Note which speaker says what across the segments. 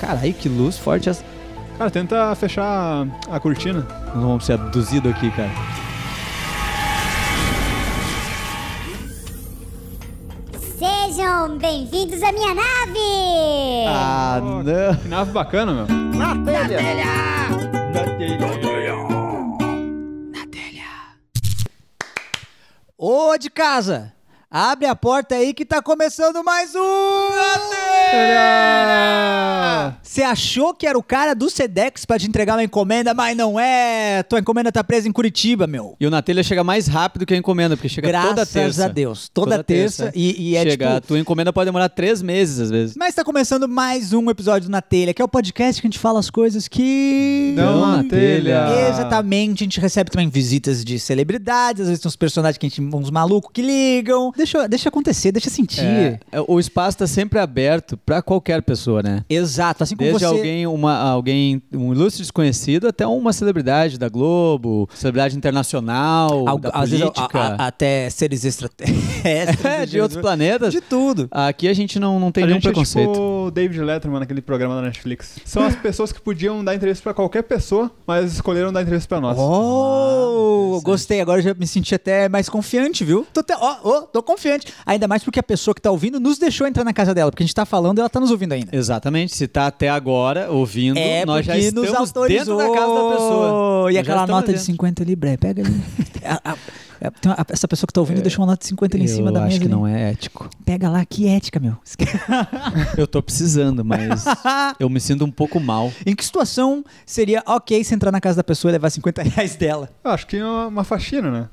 Speaker 1: Caralho, que luz forte essa.
Speaker 2: Cara, tenta fechar a cortina.
Speaker 1: Nós vamos ser abduzidos aqui, cara.
Speaker 3: Sejam bem-vindos à minha nave!
Speaker 1: Ah,
Speaker 2: Ó,
Speaker 1: não.
Speaker 2: Que nave bacana, meu.
Speaker 4: Ô, de casa, abre a porta aí que tá começando mais um... Você achou que era o cara do Sedex pra te entregar uma encomenda, mas não é. Tua encomenda tá presa em Curitiba, meu.
Speaker 1: E o Natelha chega mais rápido que a encomenda, porque chega toda
Speaker 4: Graças
Speaker 1: terça.
Speaker 4: a Deus. Toda, terça. E, e é
Speaker 1: chega, a
Speaker 4: tipo...
Speaker 1: tua encomenda pode demorar três meses, às vezes.
Speaker 4: Mas tá começando mais um episódio do na telha, que é o podcast que a gente fala as coisas que.
Speaker 2: Dão
Speaker 1: na telha.
Speaker 4: Exatamente, a gente recebe também visitas de celebridades, às vezes tem uns personagens que a gente, uns malucos que ligam. Deixa, deixa acontecer, deixa sentir.
Speaker 1: É, o espaço tá sempre aberto pra qualquer pessoa, né?
Speaker 4: Exato, assim como
Speaker 1: Desde
Speaker 4: você.
Speaker 1: alguém, uma, alguém, um ilustre desconhecido até uma celebridade da Globo, celebridade internacional,
Speaker 4: Algu-
Speaker 1: da
Speaker 4: às vezes,
Speaker 1: política.
Speaker 4: a- a- até seres extraterrestres.
Speaker 1: É, de outros planetas.
Speaker 4: De tudo.
Speaker 1: Aqui a gente não, não tem
Speaker 2: a
Speaker 4: um
Speaker 1: nenhum
Speaker 2: gente é
Speaker 1: preconceito.
Speaker 2: tipo o David Letterman naquele programa da Netflix. São as pessoas que podiam dar entrevista pra qualquer pessoa, mas escolheram dar entrevista pra nós.
Speaker 4: Oh, gostei. Agora eu já me senti até mais confiante, viu? Tô, até, ó, ó, tô confiante. Ainda mais porque a pessoa que tá ouvindo nos deixou entrar na casa dela, porque a gente tá falando e ela tá nos ouvindo ainda.
Speaker 1: Exatamente, se tá até agora ouvindo,
Speaker 4: É,
Speaker 1: nós já
Speaker 4: porque
Speaker 1: estamos
Speaker 4: nos autorizou.
Speaker 1: dentro da casa da pessoa.
Speaker 4: E
Speaker 1: Nós já
Speaker 4: aquela
Speaker 1: estamos
Speaker 4: nota de
Speaker 1: dentro.
Speaker 4: 50 ali, Bré, pega ali. A- a- a- tem uma- essa pessoa que tá ouvindo deixou uma nota de 50 ali em cima
Speaker 1: Eu
Speaker 4: da mesa.
Speaker 1: acho que
Speaker 4: ali.
Speaker 1: não é ético.
Speaker 4: Pega lá, que ética, meu.
Speaker 1: Eu tô precisando, mas eu me sinto um pouco mal.
Speaker 4: em que situação seria ok se entrar na casa da pessoa e levar 50 reais dela?
Speaker 2: Eu Acho que é uma, uma faxina, né?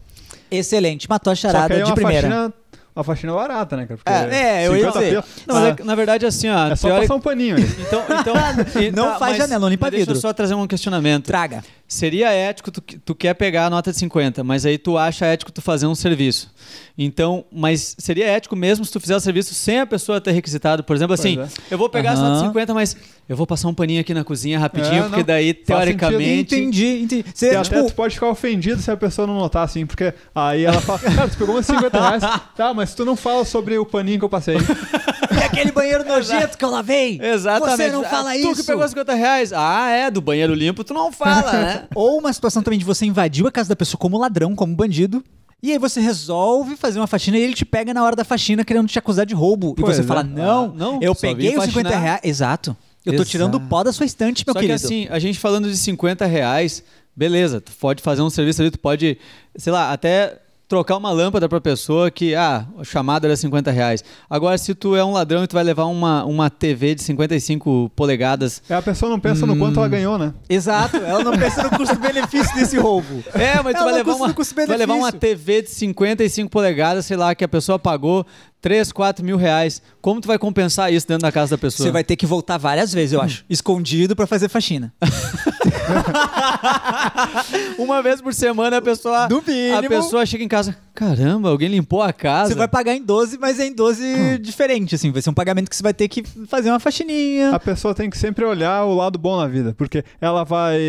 Speaker 4: Excelente, matou a
Speaker 2: Só que
Speaker 4: charada
Speaker 2: aí é
Speaker 4: de
Speaker 2: uma
Speaker 4: primeira.
Speaker 2: faxina, uma faxina barata, né, cara? Porque
Speaker 4: É, é, eu ia
Speaker 2: 50
Speaker 4: dizer.
Speaker 2: pila-
Speaker 1: Não, mas é que, na verdade, assim, ó.
Speaker 2: é só
Speaker 1: teori-
Speaker 2: passar um paninho. aí.
Speaker 1: Então, então e-
Speaker 4: Não
Speaker 1: mas-
Speaker 4: faz janela, não limpa
Speaker 1: mas Deixa eu
Speaker 4: vidro.
Speaker 1: só trazer um questionamento.
Speaker 4: Traga.
Speaker 1: Seria ético tu, que- tu quer pegar a nota de 50, mas aí tu acha ético tu fazer um serviço. Então, mas seria ético mesmo se tu fizer o serviço sem a pessoa ter requisitado, por exemplo, assim,
Speaker 2: é.
Speaker 1: eu vou pegar essa nota de
Speaker 4: Aham.
Speaker 1: 50, mas eu vou passar um paninho aqui na cozinha rapidinho,
Speaker 2: É,
Speaker 1: porque
Speaker 2: não.
Speaker 1: daí
Speaker 2: Faz
Speaker 1: teoricamente
Speaker 4: Entendi, entendi. Você,
Speaker 2: E até
Speaker 4: tipo,
Speaker 2: tu pode ficar ofendido se a pessoa não notar, assim, porque aí ela fala, cara, tu pegou uns 50 reais, tá, mas tu não fala sobre o paninho que eu passei.
Speaker 4: É aquele banheiro nojento que eu lavei.
Speaker 1: Exatamente.
Speaker 4: Você não
Speaker 1: Ah,
Speaker 4: fala
Speaker 1: tu
Speaker 4: isso.
Speaker 1: Tu que pegou 50 reais. Ah, é, do banheiro limpo tu não fala, né?
Speaker 4: Ou uma situação também de você invadiu a casa da pessoa como ladrão, como bandido. E aí você resolve fazer uma faxina e ele te pega na hora da faxina querendo te acusar de roubo.
Speaker 2: Pois
Speaker 4: e você
Speaker 2: é.
Speaker 4: fala, não,
Speaker 1: Ah, não,
Speaker 4: eu
Speaker 1: só vim
Speaker 4: peguei os 50
Speaker 1: faxinar.
Speaker 4: reais. Exato. Eu tô
Speaker 1: Exato.
Speaker 4: tirando o pó da sua estante, meu
Speaker 1: Só
Speaker 4: querido.
Speaker 1: que assim, a gente falando de 50 reais, beleza, tu pode fazer um serviço ali, tu pode, sei lá, até trocar uma lâmpada pra pessoa que, ah, o chamado era 50 reais. Agora, se tu é um ladrão e tu vai levar uma, uma TV de 55 polegadas.
Speaker 2: Aí É, a pessoa não pensa no quanto ela ganhou, né?
Speaker 4: Exato. Ela não pensa no custo-benefício desse roubo.
Speaker 1: É, mas tu vai
Speaker 4: Ela não
Speaker 1: levar,
Speaker 4: custa-
Speaker 1: uma,
Speaker 4: não custa
Speaker 1: tu vai levar uma
Speaker 4: benefício.
Speaker 1: TV de 55 polegadas, sei lá, que a pessoa pagou 3, 4 mil reais. Como tu vai compensar isso dentro da casa da pessoa?
Speaker 4: Você vai ter que voltar várias vezes, eu acho. Escondido pra fazer faxina.
Speaker 1: Uma vez por semana a pessoa.
Speaker 4: Do mínimo.
Speaker 1: A pessoa chega em casa. Caramba, alguém limpou a casa.
Speaker 4: Você vai pagar em 12, mas é em 12
Speaker 1: Hum.
Speaker 4: diferente, assim. Vai ser um pagamento que você vai ter que fazer uma faxininha.
Speaker 1: Tá
Speaker 2: A pessoa tem que sempre olhar o lado bom na vida, porque ela vai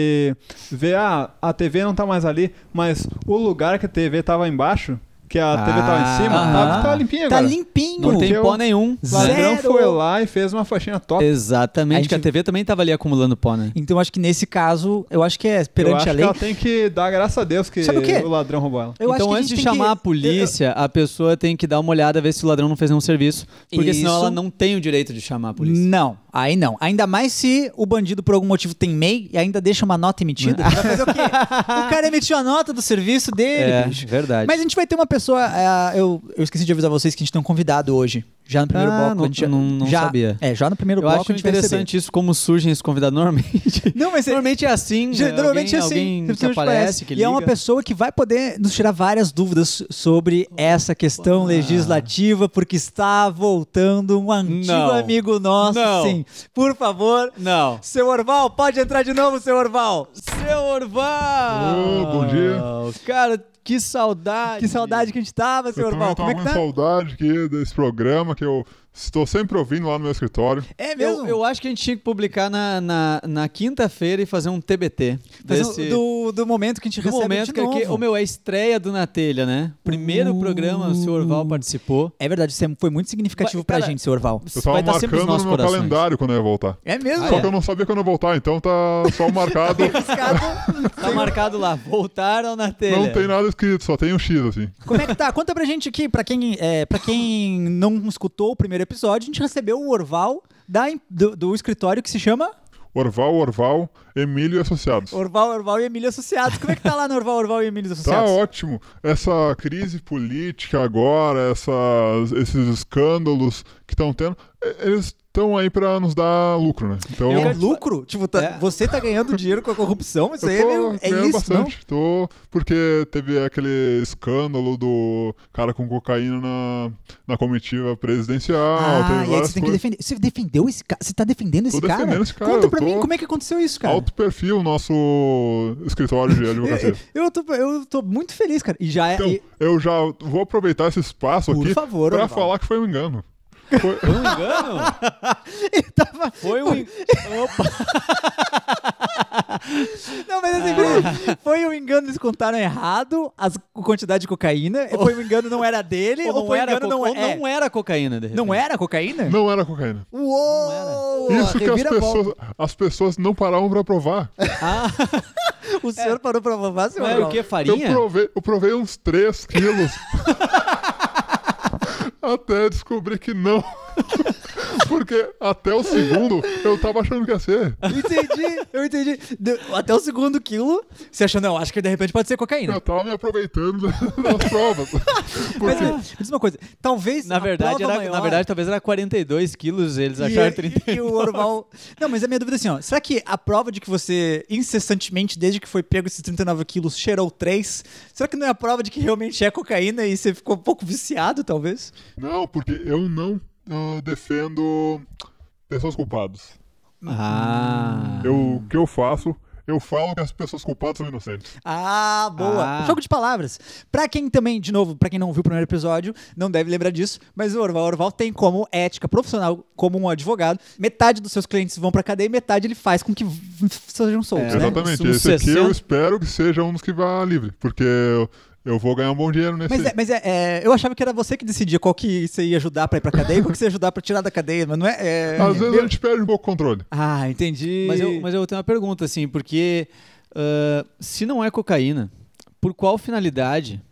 Speaker 2: ver, ah, a TV não tá mais ali, mas o lugar que a TV tava embaixo, que a TV tava
Speaker 1: Ah,
Speaker 2: em cima,
Speaker 1: aham.
Speaker 2: tá, tá limpinho
Speaker 4: Tá
Speaker 2: agora.
Speaker 4: limpinho.
Speaker 1: Não tem
Speaker 2: Porque
Speaker 1: pó
Speaker 2: eu-
Speaker 1: nenhum.
Speaker 2: O ladrão
Speaker 4: Zero. É,
Speaker 2: foi lá e fez uma faxina top.
Speaker 1: Exatamente,
Speaker 4: A gente-
Speaker 1: que a TV também tava ali acumulando pó, né?
Speaker 4: Então acho que nesse caso, eu acho que é
Speaker 2: Eu
Speaker 4: perante
Speaker 2: acho
Speaker 4: a
Speaker 2: que
Speaker 4: lei.
Speaker 2: ela tem que dar graças a Deus que
Speaker 4: Sabe o quê?
Speaker 2: o ladrão roubou ela.
Speaker 4: Eu acho
Speaker 1: então,
Speaker 4: que a
Speaker 1: antes
Speaker 4: gente
Speaker 1: de
Speaker 4: tem
Speaker 1: chamar
Speaker 4: que-
Speaker 1: a polícia, a pessoa tem que dar uma olhada, ver se o ladrão não fez nenhum serviço. Porque senão
Speaker 4: Isso.
Speaker 1: ela não tem o direito de chamar a polícia.
Speaker 4: Não, aí não. Ainda mais se o bandido por algum motivo tem MEI e ainda deixa uma nota emitida. Vai fazer o quê? O cara emitiu a nota do serviço dele,
Speaker 1: É,
Speaker 4: bicho.
Speaker 1: verdade.
Speaker 4: Mas a gente vai ter uma pessoa. ah, eu, eu esqueci de avisar vocês que a gente tem um convidado hoje. Já no primeiro
Speaker 1: Ah,
Speaker 4: bloco.
Speaker 1: não-
Speaker 4: a gente já,
Speaker 1: não- não
Speaker 4: já-
Speaker 1: sabia.
Speaker 4: É, já no primeiro
Speaker 1: Eu
Speaker 4: bloco
Speaker 1: acho
Speaker 4: a gente vai receber.
Speaker 1: interessante isso, como surgem esses convidados normalmente.
Speaker 4: Não, mas é-
Speaker 1: normalmente é assim. né?
Speaker 4: Geralmente
Speaker 1: alguém,
Speaker 4: assim,
Speaker 1: alguém que
Speaker 4: simplesmente
Speaker 1: aparece, que
Speaker 4: E é uma
Speaker 1: liga.
Speaker 4: pessoa que vai poder nos tirar várias dúvidas sobre essa questão legislativa, porque está voltando um antigo
Speaker 1: Não.
Speaker 4: amigo nosso.
Speaker 1: Não.
Speaker 4: Sim. Por favor,
Speaker 1: Não.
Speaker 4: seu Orval, pode entrar de novo, seu Orval.
Speaker 1: Seu Orval!
Speaker 2: Ô, bom dia.
Speaker 1: Cara, que saudade.
Speaker 4: Que saudade que a gente tava, seu
Speaker 5: Eu também
Speaker 4: Orval. Como
Speaker 5: tava
Speaker 4: é que
Speaker 5: com
Speaker 4: tá?
Speaker 5: saudade aqui desse programa que eu estou sempre ouvindo lá no meu escritório.
Speaker 4: É mesmo?
Speaker 1: Eu, eu acho que a gente tinha que publicar na, na, na quinta-feira e fazer um TBT.
Speaker 4: Mas
Speaker 1: Desse-
Speaker 4: do, do momento que a gente
Speaker 1: No
Speaker 4: recebe
Speaker 1: momento
Speaker 4: de
Speaker 1: que aqui,
Speaker 4: novo.
Speaker 1: o meu, é a estreia do Na Telha, né? Primeiro
Speaker 4: Uh.
Speaker 1: programa o senhor Val participou.
Speaker 4: É verdade, isso é- foi muito significativo
Speaker 1: Vai, cara,
Speaker 4: pra gente, seu Orval.
Speaker 5: Eu tava
Speaker 1: Vai estar sempre
Speaker 5: marcando
Speaker 1: nos
Speaker 5: no
Speaker 1: nossos
Speaker 5: meu
Speaker 1: corações. Ah,
Speaker 5: calendário quando eu ia voltar.
Speaker 4: É mesmo?
Speaker 5: Só que eu não sabia quando eu ia voltar, então tá só marcado.
Speaker 4: é um
Speaker 1: Tá marcado lá, voltaram na telha.
Speaker 5: não tem nada escrito, só tem um X assim.
Speaker 4: Como é que tá? Conta pra gente aqui, pra quem, é, pra quem não escutou o primeiro episódio, a gente recebeu o Orval da em- do, do escritório que se chama
Speaker 5: Orval, Orval, Emílio e Associados.
Speaker 4: Orval, Orval e Emílio Associados. Como é que tá lá no Orval, Orval e Emílio
Speaker 5: Tá
Speaker 4: Associados?
Speaker 5: ótimo. Essa crise política agora, essas- esses escândalos que estão tendo, e- eles estão aí pra nos dar lucro, né? Então,
Speaker 4: É lucro? Tipo, tá-
Speaker 1: É.
Speaker 4: você tá ganhando dinheiro com a corrupção? Isso aí é,
Speaker 5: tô
Speaker 4: meio- é
Speaker 5: ganhando
Speaker 4: isso,
Speaker 5: bastante. Tô, porque teve aquele escândalo do cara com cocaína na, na comitiva presidencial.
Speaker 4: não?
Speaker 5: teve
Speaker 4: Ah, e aí
Speaker 5: várias
Speaker 4: você tem que
Speaker 5: coisas.
Speaker 4: defender. Você defendeu esse cara? Você tá defendendo esse
Speaker 5: Tô
Speaker 4: cara?
Speaker 5: defendendo esse cara,
Speaker 4: Conta
Speaker 5: eu
Speaker 4: pra
Speaker 5: tô-
Speaker 4: mim como é que aconteceu isso, cara.
Speaker 5: Alto perfil nosso escritório de advocacia.
Speaker 4: Eu tô, eu tô muito feliz, cara. E já é.
Speaker 5: Então,
Speaker 4: e-
Speaker 5: eu já vou aproveitar esse espaço
Speaker 4: Por
Speaker 5: aqui
Speaker 4: favor,
Speaker 5: pra
Speaker 4: Orval.
Speaker 5: falar que foi um engano. Foi-
Speaker 1: Foi um engano? Foi um. en- Opa,
Speaker 4: Não, mas assim, foi- foi um engano, eles contaram errado as, a quantidade de cocaína. Foi um engano, não era dele. Ou,
Speaker 1: ou não
Speaker 4: foi um
Speaker 1: era,
Speaker 4: engano,
Speaker 1: co-
Speaker 4: não,
Speaker 1: ou
Speaker 4: é.
Speaker 1: não era cocaína, de
Speaker 4: Não
Speaker 1: repente.
Speaker 4: era cocaína?
Speaker 5: não era cocaína.
Speaker 4: Uou!
Speaker 5: Isso que as
Speaker 4: Revira a volta.
Speaker 5: pessoas, as pessoas não paravam pra provar.
Speaker 4: O senhor parou pra provar, senhor?
Speaker 1: Não era É, o quê?
Speaker 5: Eu
Speaker 1: Farinha?
Speaker 5: provei, eu provei uns 3 quilos. até descobrir que não. Porque até o segundo eu tava achando que ia ser.
Speaker 4: Entendi, eu entendi. Deu- até o segundo quilo, você achou, não, acho que de repente pode ser cocaína.
Speaker 5: Eu tava me aproveitando das provas.
Speaker 4: Mas
Speaker 5: Porque
Speaker 4: me diz uma coisa, talvez
Speaker 1: Na
Speaker 4: a
Speaker 1: verdade,
Speaker 4: prova
Speaker 1: era,
Speaker 4: maior...
Speaker 1: na verdade, talvez era 42 quilos, eles
Speaker 4: E-
Speaker 1: acharam
Speaker 4: e,
Speaker 1: 30.
Speaker 4: e o Orval. Não, mas a minha dúvida é assim, ó. Será que a prova de que você incessantemente, desde que foi pego esses 39 quilos, cheirou 3? Será que não é a prova de que realmente é cocaína e você ficou um pouco viciado, talvez?
Speaker 5: Não, porque eu não ah, defendo pessoas culpadas.
Speaker 1: Ah.
Speaker 5: Eu, o que eu faço, eu falo que as pessoas culpadas são inocentes.
Speaker 4: Ah, boa.
Speaker 1: Ah.
Speaker 4: Jogo de palavras. Pra quem também, de novo, pra quem não viu o primeiro episódio, não deve lembrar disso, mas o Orval Orval tem como ética profissional, como um advogado, metade dos seus clientes vão pra cadeia e metade ele faz com que v- sejam soltos,
Speaker 1: É,
Speaker 4: né?
Speaker 5: Exatamente.
Speaker 1: uns
Speaker 5: Esse aqui
Speaker 1: 60.
Speaker 5: eu espero que seja um dos que vá livre, porque eu, eu vou ganhar um bom dinheiro nesse.
Speaker 4: Mas, é, mas é, é, eu achava que era você que decidia qual que você ia ajudar pra ir pra cadeia e qual que você ia ajudar pra tirar da cadeia, mas não é. é-
Speaker 5: Às vezes a gente perde um pouco o controle.
Speaker 4: Ah, entendi.
Speaker 1: Mas eu, mas eu tenho uma pergunta, assim, porque ah, se não é cocaína, por qual finalidade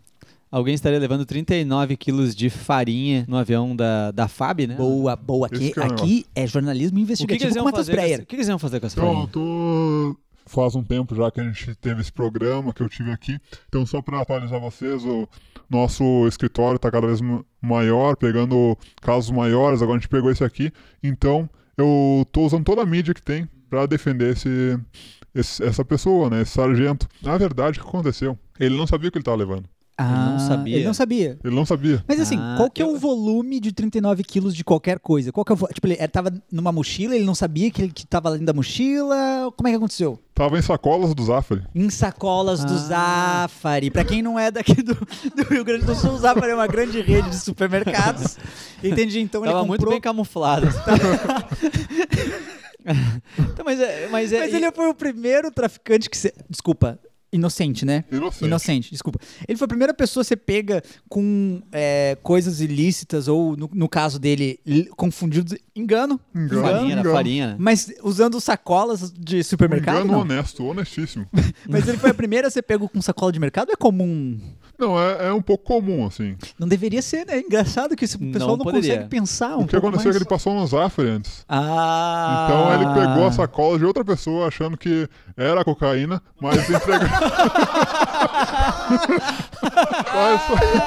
Speaker 1: alguém estaria levando 39 quilos de farinha no avião da, da FAB, né?
Speaker 4: Boa, tipo boa. Aqui,
Speaker 5: Esse que é o
Speaker 4: aqui é jornalismo
Speaker 1: O que, que
Speaker 4: investigativo
Speaker 1: eles
Speaker 4: com
Speaker 1: iam
Speaker 4: Matheus
Speaker 1: fazer? com essa-
Speaker 4: Breyer.
Speaker 1: O que, que eles iam fazer com essa
Speaker 5: Então, eu
Speaker 1: farinha?
Speaker 5: tô. Faz um tempo já que a gente teve esse programa, que eu tive aqui. Então, só para atualizar vocês, o nosso escritório tá cada vez ma- maior, pegando casos maiores. Agora a gente pegou esse aqui. Então, eu tô usando toda a mídia que tem para defender esse, esse- essa pessoa, né? Esse sargento. Na verdade, o que aconteceu? Ele não sabia o que ele tava levando.
Speaker 1: não
Speaker 4: Ah,
Speaker 1: sabia.
Speaker 4: Ele não sabia.
Speaker 5: Ele não sabia.
Speaker 4: Mas assim,
Speaker 1: Ah,
Speaker 4: qual que é o
Speaker 1: eu-
Speaker 4: volume de 39 quilos de qualquer coisa? Qual que é o vo- Tipo, ele ele tava numa mochila, ele não sabia que ele que tava dentro da mochila. Como é que aconteceu?
Speaker 5: Tava em sacolas do Zafari.
Speaker 4: Em sacolas do
Speaker 1: Ah.
Speaker 4: Zafari. Pra quem não é daqui do, do Rio Grande do Sul, o Zafari é uma grande rede de supermercados. Entendi, então
Speaker 1: Tava
Speaker 4: ele
Speaker 1: muito
Speaker 4: comprou...
Speaker 1: bem
Speaker 4: Tá
Speaker 1: camuflado. então, mas é, mas é-
Speaker 4: Mas ele foi o primeiro traficante que... Se... Desculpa, inocente, né?
Speaker 5: Inocente.
Speaker 4: Inocente, desculpa. Ele foi a primeira pessoa a ser pega com é, coisas ilícitas, ou no, no caso dele, li- confundido, engano,
Speaker 5: Engano.
Speaker 1: farinha, né?
Speaker 5: Engano.
Speaker 1: farinha, né?
Speaker 4: mas usando sacolas de
Speaker 5: Um
Speaker 4: supermercado.
Speaker 5: engano
Speaker 4: Não.
Speaker 5: honesto, honestíssimo.
Speaker 4: Mas ele foi a primeira a ser pego com sacola de mercado, ou é comum.
Speaker 5: Não, é, é um pouco comum, assim.
Speaker 4: Não deveria ser, né? Engraçado que esse
Speaker 1: Não
Speaker 4: pessoal não,
Speaker 1: poderia.
Speaker 4: consegue pensar um
Speaker 5: o que aconteceu é
Speaker 4: pouco
Speaker 5: que ele passou no Zafari antes.
Speaker 4: mais. Ah.
Speaker 5: Então ele pegou a sacola de outra pessoa achando que era cocaína, mas entregou. Mas-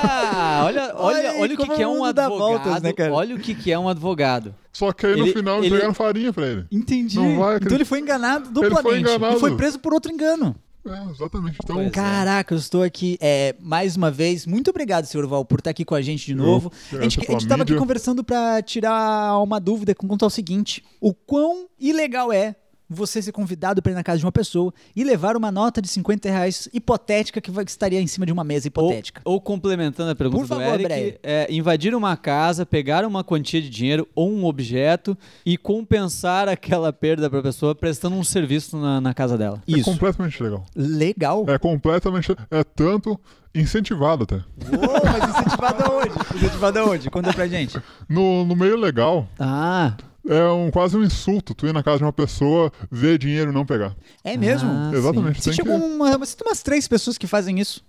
Speaker 1: Ah, olha, olha,
Speaker 4: Olha
Speaker 1: olha,
Speaker 4: aí
Speaker 1: o que,
Speaker 4: como
Speaker 1: que é
Speaker 4: o
Speaker 1: um
Speaker 4: mundo dá
Speaker 1: advogado.
Speaker 4: voltas, né, cara?
Speaker 1: Olha o que, que é um advogado.
Speaker 5: Só que aí no
Speaker 1: Ele-
Speaker 5: final
Speaker 1: ele-
Speaker 5: entregaram farinha pra ele.
Speaker 4: Entendi.
Speaker 5: Não vai
Speaker 4: então
Speaker 5: acreditar.
Speaker 4: ele foi enganado
Speaker 5: foi
Speaker 4: duplamente.
Speaker 5: enganado.
Speaker 4: E foi preso por outro engano.
Speaker 5: É, exatamente. Então,
Speaker 1: Pois é.
Speaker 4: Caraca, eu estou aqui é, mais uma vez. Muito obrigado, senhor Val, por estar aqui com a gente de
Speaker 5: Eu
Speaker 4: novo.
Speaker 5: que
Speaker 4: a gente
Speaker 5: agradeço pela
Speaker 4: estava aqui
Speaker 5: mídia.
Speaker 4: conversando para tirar uma dúvida com quanto ao seguinte: o quão ilegal é você ser convidado para ir na casa de uma pessoa e levar uma nota de 50 reais hipotética que, vai- que estaria em cima de uma
Speaker 5: Oh,
Speaker 4: mesa
Speaker 1: Ou-
Speaker 4: hipotética.
Speaker 1: Ou, complementando a pergunta
Speaker 4: Por favor,
Speaker 1: do Eric,
Speaker 4: Breyer.
Speaker 1: é, invadir uma casa, pegar uma quantia de dinheiro ou um objeto e compensar aquela perda para a pessoa prestando um serviço na, na casa dela.
Speaker 5: É completamente legal.
Speaker 4: Legal.
Speaker 5: É completamente. É tanto incentivado até.
Speaker 4: Ô, mas incentivado aonde? Incentivado aonde? Conta pra gente.
Speaker 5: No, no meio legal,
Speaker 1: Ah,
Speaker 5: é um, quase um insulto tu ir na casa de uma pessoa, ver dinheiro e não pegar.
Speaker 4: É mesmo?
Speaker 1: Ah,
Speaker 5: Exatamente.
Speaker 4: Você
Speaker 5: Tem, que,
Speaker 4: chegou uma, você tem umas três pessoas que fazem isso.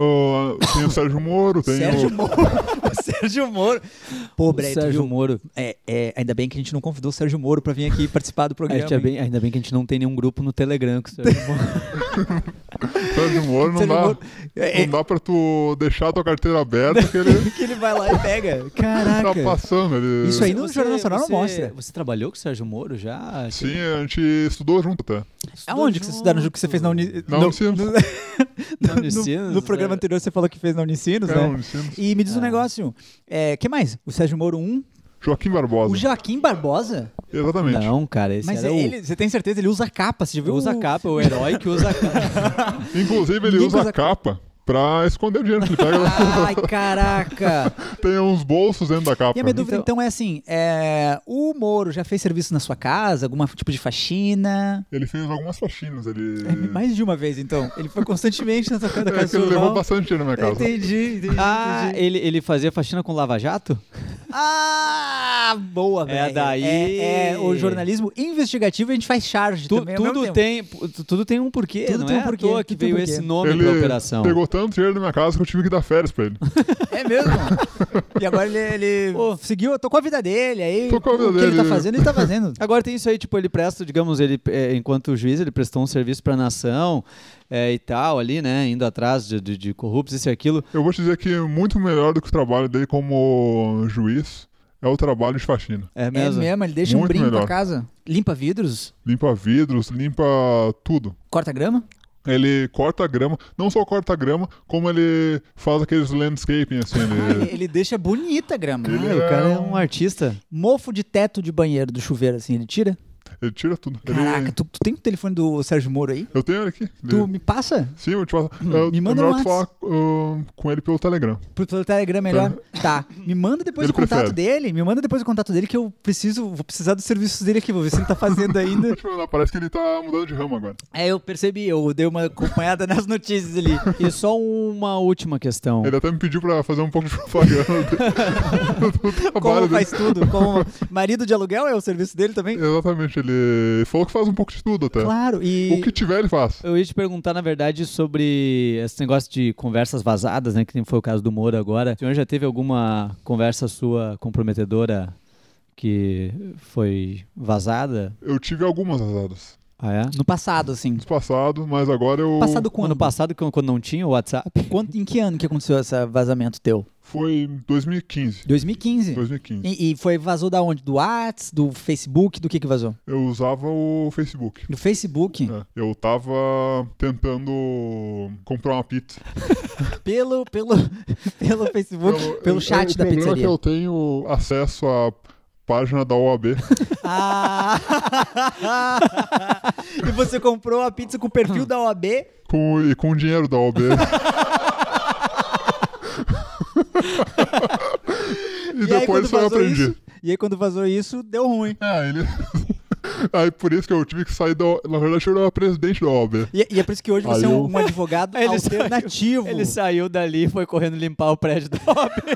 Speaker 5: Ah, tem o Sérgio Moro, tem
Speaker 4: Sérgio
Speaker 5: o.
Speaker 4: Moro. O Sérgio Moro. Pô,
Speaker 1: o
Speaker 4: Breto,
Speaker 1: Sérgio
Speaker 4: viu?
Speaker 1: Moro.
Speaker 4: É, é, ainda bem que a gente não convidou o Sérgio Moro pra vir aqui participar do
Speaker 1: A
Speaker 4: programa.
Speaker 1: gente é bem- ainda bem que a gente não tem nenhum grupo no Telegram. Que o Sérgio Moro-
Speaker 5: Sérgio Moro não
Speaker 4: Sérgio
Speaker 5: dá.
Speaker 4: Moro. É, é,
Speaker 5: Não dá pra tu deixar a tua carteira aberta que ele
Speaker 4: que ele vai lá e pega. Caraca.
Speaker 5: tá passando. Ele...
Speaker 4: Isso aí no Jornal Nacional não mostra.
Speaker 1: Você trabalhou com o Sérgio Moro já?
Speaker 5: Sim, a gente estudou junto até.
Speaker 4: Aonde que você estudaram o que você fez na Uni...
Speaker 5: Na
Speaker 4: no-
Speaker 5: Unicinos.
Speaker 4: no-
Speaker 1: Na
Speaker 4: no-
Speaker 1: Unicinos,
Speaker 4: no programa
Speaker 1: é.
Speaker 4: anterior você falou que fez na Unicinos,
Speaker 5: É,
Speaker 4: né?
Speaker 5: Unicinos.
Speaker 4: E me diz um negócio. É, que mais? O Sérgio Moro 1?
Speaker 5: Joaquim Barbosa.
Speaker 4: O Joaquim Barbosa?
Speaker 5: Exatamente.
Speaker 1: Não, cara, esse
Speaker 4: Mas
Speaker 1: era o-
Speaker 4: ele, você tem certeza? Ele usa capa, você já viu? um
Speaker 1: Usa
Speaker 4: o-
Speaker 1: capa, é o herói que usa capa.
Speaker 5: Inclusive, ele
Speaker 4: Ninguém
Speaker 5: usa
Speaker 4: usa
Speaker 5: a capa pra esconder o dinheiro que ele pega.
Speaker 4: Ai, caraca!
Speaker 5: Tem uns bolsos dentro da capa.
Speaker 4: E a minha dúvida então, é assim: é, o Moro já fez serviço na sua casa, algum tipo de faxina?
Speaker 5: Ele fez algumas faxinas. Ele...
Speaker 4: É, mais de uma vez, então. Ele foi constantemente na sua casa.
Speaker 5: Hum. É que ele levou bastante dinheiro
Speaker 4: É,
Speaker 5: na minha casa.
Speaker 4: Entendi, entendi.
Speaker 1: Ah,
Speaker 4: entendi.
Speaker 1: ele, ele fazia faxina com Lava Jato?
Speaker 4: Ah, boa, velho.
Speaker 1: daí.
Speaker 4: É, é o jornalismo investigativo a gente faz charge
Speaker 1: Tu-
Speaker 4: também. ao mesmo
Speaker 1: tudo,
Speaker 4: tempo.
Speaker 1: tem, tu- tudo tem um porquê,
Speaker 4: Tudo
Speaker 1: não
Speaker 4: tem
Speaker 1: é
Speaker 4: um
Speaker 1: à
Speaker 4: porquê,
Speaker 1: toa que
Speaker 4: tudo tem
Speaker 1: veio
Speaker 4: um
Speaker 1: esse
Speaker 4: porquê.
Speaker 1: nome
Speaker 5: Ele
Speaker 1: pra operação.
Speaker 5: pegou tanto dinheiro na minha casa que eu tive que dar férias pra ele.
Speaker 4: É mesmo? e agora ele, ele
Speaker 1: Pô.
Speaker 4: seguiu, tocou a vida dele, aí
Speaker 5: Tocou a vida
Speaker 4: o que ele
Speaker 5: dele.
Speaker 4: tá fazendo, ele tá fazendo.
Speaker 1: Agora tem isso aí, tipo, ele presta, digamos, ele é, enquanto juiz, ele prestou um serviço pra nação é, e tal, ali, né, indo atrás de, de, de corruptos, isso e aquilo.
Speaker 5: Eu vou te dizer que muito melhor do que o trabalho dele como juiz é o trabalho de faxina.
Speaker 1: É mesmo?
Speaker 4: É mesmo, ele deixa um
Speaker 5: Muito
Speaker 4: brinco pra
Speaker 5: melhor.
Speaker 4: casa, limpa vidros,
Speaker 5: Limpa vidros, limpa tudo.
Speaker 4: corta grama.
Speaker 5: Ele corta a grama, não só corta a grama, como ele faz aqueles landscaping assim.
Speaker 4: Ah, ele,
Speaker 5: Ele...
Speaker 4: ele deixa bonita a grama.
Speaker 5: Ele
Speaker 1: Ah, o cara é um artista.
Speaker 4: Mofo de teto de banheiro do chuveiro, assim, ele tira.
Speaker 5: ele tira tudo. Ele-
Speaker 4: Caraca, tu, tu tem o telefone do Sérgio Moro aí?
Speaker 5: Eu tenho ele aqui.
Speaker 4: Tu
Speaker 5: Ele-
Speaker 4: me passa?
Speaker 5: Sim, eu te passo. Eu-
Speaker 4: me
Speaker 5: é
Speaker 4: manda um
Speaker 5: melhor
Speaker 4: no
Speaker 5: tu falar ah, com ele pelo Telegram.
Speaker 4: Pro teu Telegram é melhor? Tá. Me manda depois
Speaker 5: Ele
Speaker 4: o contato
Speaker 5: prefere.
Speaker 4: dele. Me manda depois o contato dele que eu preciso. Vou precisar dos serviços dele aqui. Vou ver se ele tá fazendo ainda.
Speaker 5: Vou te mandar, parece que ele tá mudando de ramo agora.
Speaker 4: É, eu percebi. Eu dei uma acompanhada nas notícias ali.
Speaker 1: E só uma última questão.
Speaker 5: Ele até me pediu pra fazer um pouco de propaganda do- do trabalho
Speaker 4: Como
Speaker 5: dele.
Speaker 4: faz tudo? Como marido de aluguel é o serviço dele também?
Speaker 5: Exatamente, ele falou que faz um pouco de tudo até.
Speaker 4: Claro. E.
Speaker 5: O que tiver, ele faz.
Speaker 1: Eu ia te perguntar, na verdade, sobre esse negócio de conversas vazadas, né? Que nem foi o caso do Moro agora. O senhor já teve alguma conversa sua comprometedora que foi vazada?
Speaker 5: Eu tive algumas azadas
Speaker 1: Ah, é?
Speaker 4: No passado, assim.
Speaker 5: no passado, mas agora eu.
Speaker 4: Passado
Speaker 1: No ano
Speaker 4: quando?
Speaker 1: passado, quando quando não tinha o WhatsApp?
Speaker 4: Quanto, em que ano que aconteceu esse vazamento teu?
Speaker 5: Foi em 2015.
Speaker 4: 2015.
Speaker 5: 2015.
Speaker 4: E, e foi vazou da onde? Do Whats, do Facebook, do que que vazou?
Speaker 5: Eu usava o Facebook.
Speaker 4: Do Facebook,
Speaker 5: É, Eu tava tentando comprar uma pizza.
Speaker 4: pelo pelo pelo Facebook, pelo,
Speaker 5: Eu- eu-
Speaker 4: chat
Speaker 5: o
Speaker 4: da
Speaker 5: problema é
Speaker 4: pizzaria.
Speaker 5: que eu tenho acesso à página da OAB.
Speaker 4: Ah! e você comprou a pizza com o perfil da OAB?
Speaker 5: com, Ah. e com o dinheiro da OAB. e,
Speaker 4: e aí quando
Speaker 5: depois só eu
Speaker 4: vazou
Speaker 5: aprendi.
Speaker 4: isso? E aí quando vazou isso, deu ruim.
Speaker 5: É, ele. aí por isso que eu tive que sair da. Na verdade, eu era presidente da OAB.
Speaker 4: E, e é por isso que hoje
Speaker 5: Aí
Speaker 4: você é
Speaker 5: eu-
Speaker 4: um, um advogado
Speaker 1: Ele saiu-
Speaker 4: alternativo.
Speaker 1: Ele saiu dali e foi correndo limpar o prédio da obra.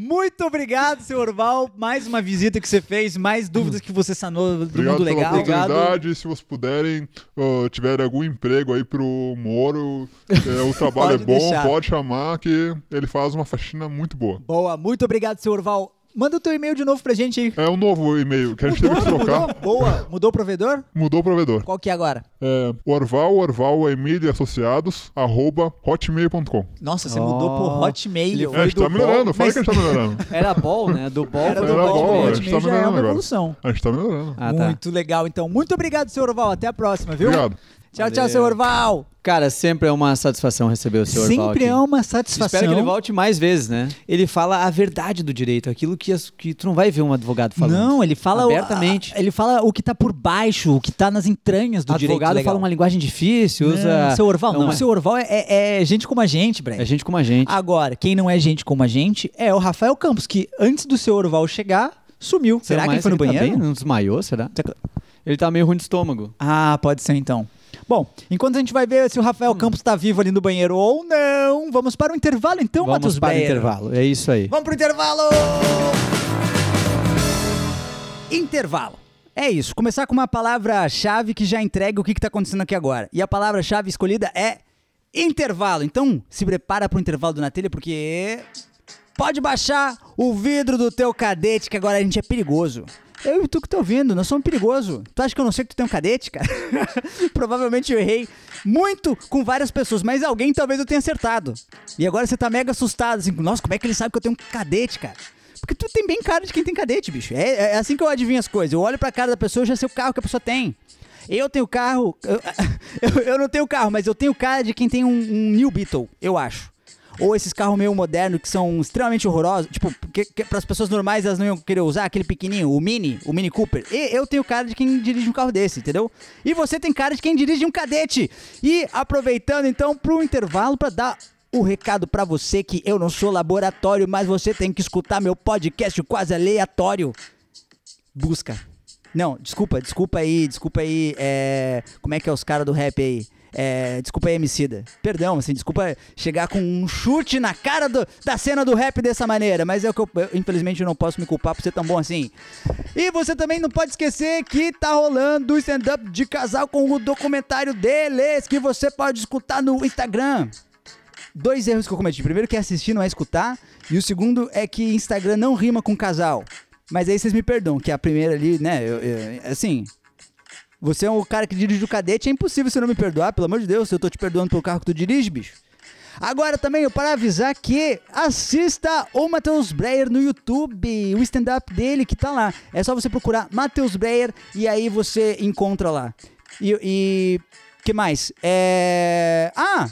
Speaker 4: Muito obrigado, seu Orval. Mais uma visita que você fez, mais dúvidas que você sanou do
Speaker 5: Obrigado
Speaker 4: mundo
Speaker 5: pela
Speaker 4: legal.
Speaker 5: oportunidade. Se vocês puderem, ah, tiverem algum emprego aí pro Moro, eh, o trabalho é
Speaker 4: Pode
Speaker 5: bom,
Speaker 4: deixar.
Speaker 5: pode chamar que ele faz uma faxina muito boa.
Speaker 4: Boa, muito obrigado, seu Orval. Manda o teu e-mail de novo pra gente aí.
Speaker 5: É um novo e-mail que a gente teve que trocar.
Speaker 4: mudou? Boa. Mudou o provedor?
Speaker 5: Mudou o provedor.
Speaker 4: Qual que é agora?
Speaker 5: É, Orval, Orval, Emílio e Associados, arroba hotmail.com.
Speaker 4: Nossa, você mudou pro Hotmail.
Speaker 5: É, a gente tá melhorando, fala que a gente tá melhorando.
Speaker 1: Era bom, né? Do bol
Speaker 4: Era
Speaker 1: foi
Speaker 4: do
Speaker 5: Era
Speaker 1: pro
Speaker 5: bom,
Speaker 1: Hotmail.
Speaker 4: Hotmail,
Speaker 5: a gente
Speaker 4: já
Speaker 5: tá
Speaker 4: é
Speaker 5: melhorando
Speaker 4: uma
Speaker 5: agora.
Speaker 4: evolução.
Speaker 5: A gente tá melhorando.
Speaker 1: Ah, tá.
Speaker 4: Muito legal, então. Muito obrigado, senhor Orval. Até a próxima, viu?
Speaker 5: Obrigado.
Speaker 6: Tchau, tchau,
Speaker 1: Valeu.
Speaker 6: seu Orval.
Speaker 1: Cara, sempre é uma satisfação receber o senhor
Speaker 6: Sempre é uma satisfação.
Speaker 1: Espero que ele volte mais vezes, né? Ele fala a verdade do direito, aquilo que, as- que tu não vai ver um advogado falando.
Speaker 6: Não, ele fala o-
Speaker 1: Abertamente.
Speaker 6: a- ele fala o que tá por baixo, o que tá nas entranhas do direito
Speaker 1: advogado
Speaker 6: legal.
Speaker 1: fala uma linguagem difícil,
Speaker 6: Não,
Speaker 1: usa.
Speaker 6: seu Orval não.
Speaker 1: uma-
Speaker 6: Seu Ah, Orval é, é- é gente como a gente, Breno.
Speaker 1: É gente como a gente.
Speaker 6: Agora, quem não é gente como a gente é o Rafael Campos, que antes do seu Orval chegar, sumiu. Será que ele foi no
Speaker 1: tá
Speaker 6: banheiro?
Speaker 1: bem? não desmaiou, será?
Speaker 6: Será que-
Speaker 1: Ele tá meio ruim de estômago.
Speaker 6: Ah, pode ser então. Bom, enquanto a gente vai ver se o Rafael
Speaker 1: Hum.
Speaker 6: Campos tá vivo ali no banheiro ou não, vamos para o intervalo então,
Speaker 1: Vamos
Speaker 6: Matos
Speaker 1: para o
Speaker 6: Beyer.
Speaker 1: intervalo. É isso aí.
Speaker 6: Vamos pro intervalo! Intervalo.
Speaker 4: É isso, começar com uma palavra-chave que já entrega o que está
Speaker 6: tá
Speaker 4: acontecendo aqui agora. E a palavra-chave escolhida é intervalo. Então, se prepara pro intervalo do Na Telha, porque pode baixar o vidro do teu cadete, que agora a gente é perigoso. Eu e tu que tá ouvindo, nós somos perigoso. Tu acha que eu não sei que tu tem um cadete, cara? Provavelmente eu errei muito com várias pessoas, mas alguém talvez eu tenha acertado. E agora você tá mega assustado, assim, nossa, como é que ele sabe que eu tenho um cadete, cara? Porque tu tem bem cara de quem tem cadete, bicho. É, é assim que eu adivinho as coisas. Eu olho pra cara da pessoa e já sei o carro que a pessoa tem. Eu tenho carro. Eu, eu, eu não tenho carro, mas eu tenho cara de quem tem um, um New Beetle, eu acho. Ou esses carros meio modernos que são extremamente horrorosos. Tipo, que, que, pras pessoas normais elas não iam querer usar aquele pequenininho, o Mini, o Mini Cooper. E eu tenho cara de quem dirige um carro desse, entendeu? E você tem cara de quem dirige um cadete. E aproveitando então pro intervalo pra dar o recado pra você que eu não sou laboratório, mas você tem que escutar meu podcast quase aleatório. Busca. Não, desculpa, desculpa aí, desculpa aí. é, Como é que é os caras do rap aí? É, desculpa aí, Emicida. Perdão, assim, desculpa chegar com um chute na cara do- da cena do rap dessa maneira, mas é o que eu, eu, infelizmente, eu não posso me culpar por ser tão bom assim. E você também não pode esquecer que tá rolando o stand-up de casal com o documentário deles, que você pode escutar no Instagram dois erros que eu cometi. Primeiro que é assistir, não é escutar. E o segundo é que Instagram não rima com casal. Mas aí vocês me perdoam, que a primeira ali, né? eu- eu- assim. Você é um cara que dirige o cadete, é impossível você não me perdoar, pelo amor de Deus, se eu tô te perdoando pelo carro que tu dirige, bicho. Agora também, para avisar que assista o Matheus Breyer no YouTube, o stand-up dele que tá lá. É só você procurar Matheus Breyer e aí você encontra lá. E. e que mais? É. Ah!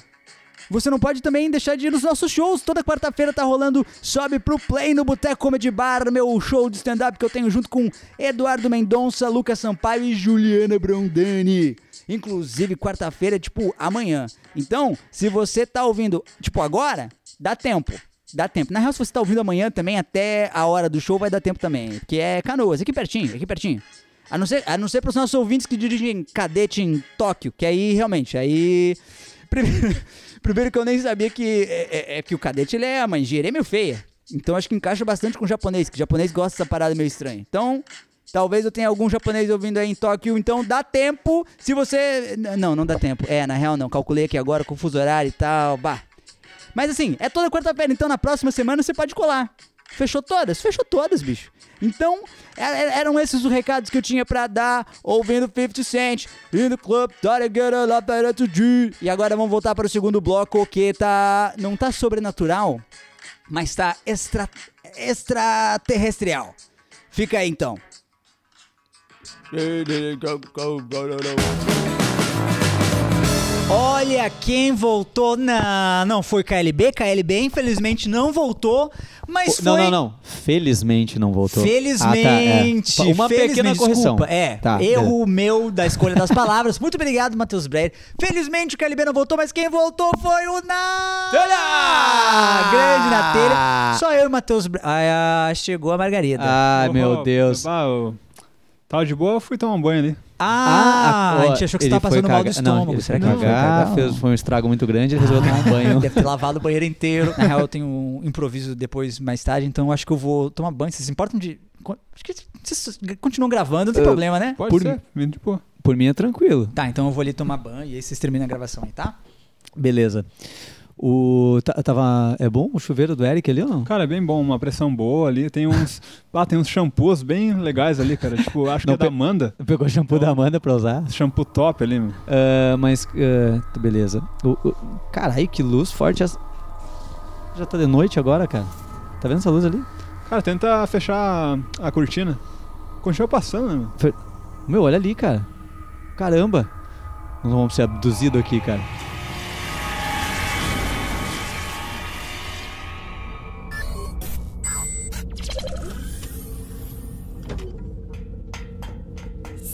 Speaker 4: Você não pode também deixar de ir nos nossos shows. Toda quarta-feira tá rolando Sobe pro Play no Boteco Comedy Bar, meu show de stand-up que eu tenho junto com Eduardo Mendonça, Lucas Sampaio e Juliana Brondani. Inclusive, quarta-feira, é, tipo, amanhã. Então, se você tá ouvindo, tipo, agora, dá tempo. Dá tempo. Na real, se você tá ouvindo amanhã também, até a hora do show vai dar tempo também. Porque é canoas, aqui pertinho, aqui pertinho. A não ser, a não ser pros nossos ouvintes que dirigem cadete em Tóquio, que aí, realmente, aí... Primeiro, primeiro que eu nem sabia que é, é- é que o cadete ele é uma engenharia meio feia. Então acho que encaixa bastante com o japonês, que o japonês gosta dessa parada meio estranha. Então, talvez eu tenha algum japonês ouvindo aí em Tóquio, então dá tempo. Se você. N- Não, não dá tempo. É, na real não. Calculei aqui agora com o fuso horário e tal. Bah. Mas assim, é toda quarta-feira, então na próxima semana você pode colar. Fechou todas? Fechou todas, bicho. Então, e- e- eram esses os recados que eu tinha pra dar, ouvindo 50 Cent, in the club, gotta get a lot better to do. E agora vamos voltar para o segundo bloco, que tá... não tá sobrenatural, mas tá extra... extraterrestrial. Fica aí, então.
Speaker 6: Olha quem voltou na. Não foi KLB. KLB, infelizmente, não voltou. Mas
Speaker 1: Não,
Speaker 6: foi.
Speaker 1: não, não. Felizmente não voltou.
Speaker 6: Felizmente,
Speaker 1: Ah, tá, é. Uma
Speaker 6: felizmente,
Speaker 1: pequena correção.
Speaker 6: Desculpa, é,
Speaker 1: Tá,
Speaker 6: erro meu da escolha das palavras. Muito obrigado, Matheus Breyer. Felizmente o KLB não voltou, mas quem voltou foi o Na
Speaker 1: Telha!
Speaker 6: Grande na telha. Só eu e o Matheus Breyer. Ah, chegou a Margarida.
Speaker 1: Ai,
Speaker 2: Ô,
Speaker 1: meu
Speaker 2: ô,
Speaker 1: Deus.
Speaker 2: Ah, eu... Tava de boa, eu fui tomar um banho ali.
Speaker 6: Ah,
Speaker 1: ó,
Speaker 6: a gente achou que você
Speaker 1: ele
Speaker 6: tava
Speaker 1: foi
Speaker 6: passando mal do
Speaker 1: cagar-
Speaker 6: estômago.
Speaker 1: Não, ele
Speaker 6: Será que
Speaker 1: foi
Speaker 6: ele foi
Speaker 1: cagar,
Speaker 6: cagar?
Speaker 1: fez, foi um estrago muito grande, ele resolveu tomar um banho.
Speaker 6: Deve ter lavado o banheiro inteiro. Na real, eu tenho um improviso depois, mais tarde, então eu acho que eu vou tomar banho. Vocês se importam de. Acho que vocês continuam gravando, não tem
Speaker 1: Eu-
Speaker 6: problema, né?
Speaker 2: Pode
Speaker 1: Por
Speaker 2: ser, vim de boa.
Speaker 1: Por mim é tranquilo.
Speaker 6: Tá, então eu vou ali tomar banho e aí vocês terminam a gravação aí, tá?
Speaker 1: Beleza. O ta- tava é bom o chuveiro do Eric ali ou não?
Speaker 2: Cara, é bem bom, uma pressão boa ali. Tem uns. ah, tem uns shampoos bem legais ali, cara. Tipo, acho que
Speaker 1: Não,
Speaker 2: é da
Speaker 1: pe-
Speaker 2: Amanda.
Speaker 1: Pegou o shampoo da Amanda pra usar.
Speaker 2: Shampoo top ali, meu.
Speaker 1: Ah, mas ah, tá, beleza. O, o- Caralho, que luz forte essa. Já tá de noite agora, cara. Tá vendo essa luz ali?
Speaker 2: Cara, tenta fechar a cortina. Continua passando, né? meu?
Speaker 1: Meu, olha ali, cara. Caramba. Nós vamos ser abduzidos aqui, cara.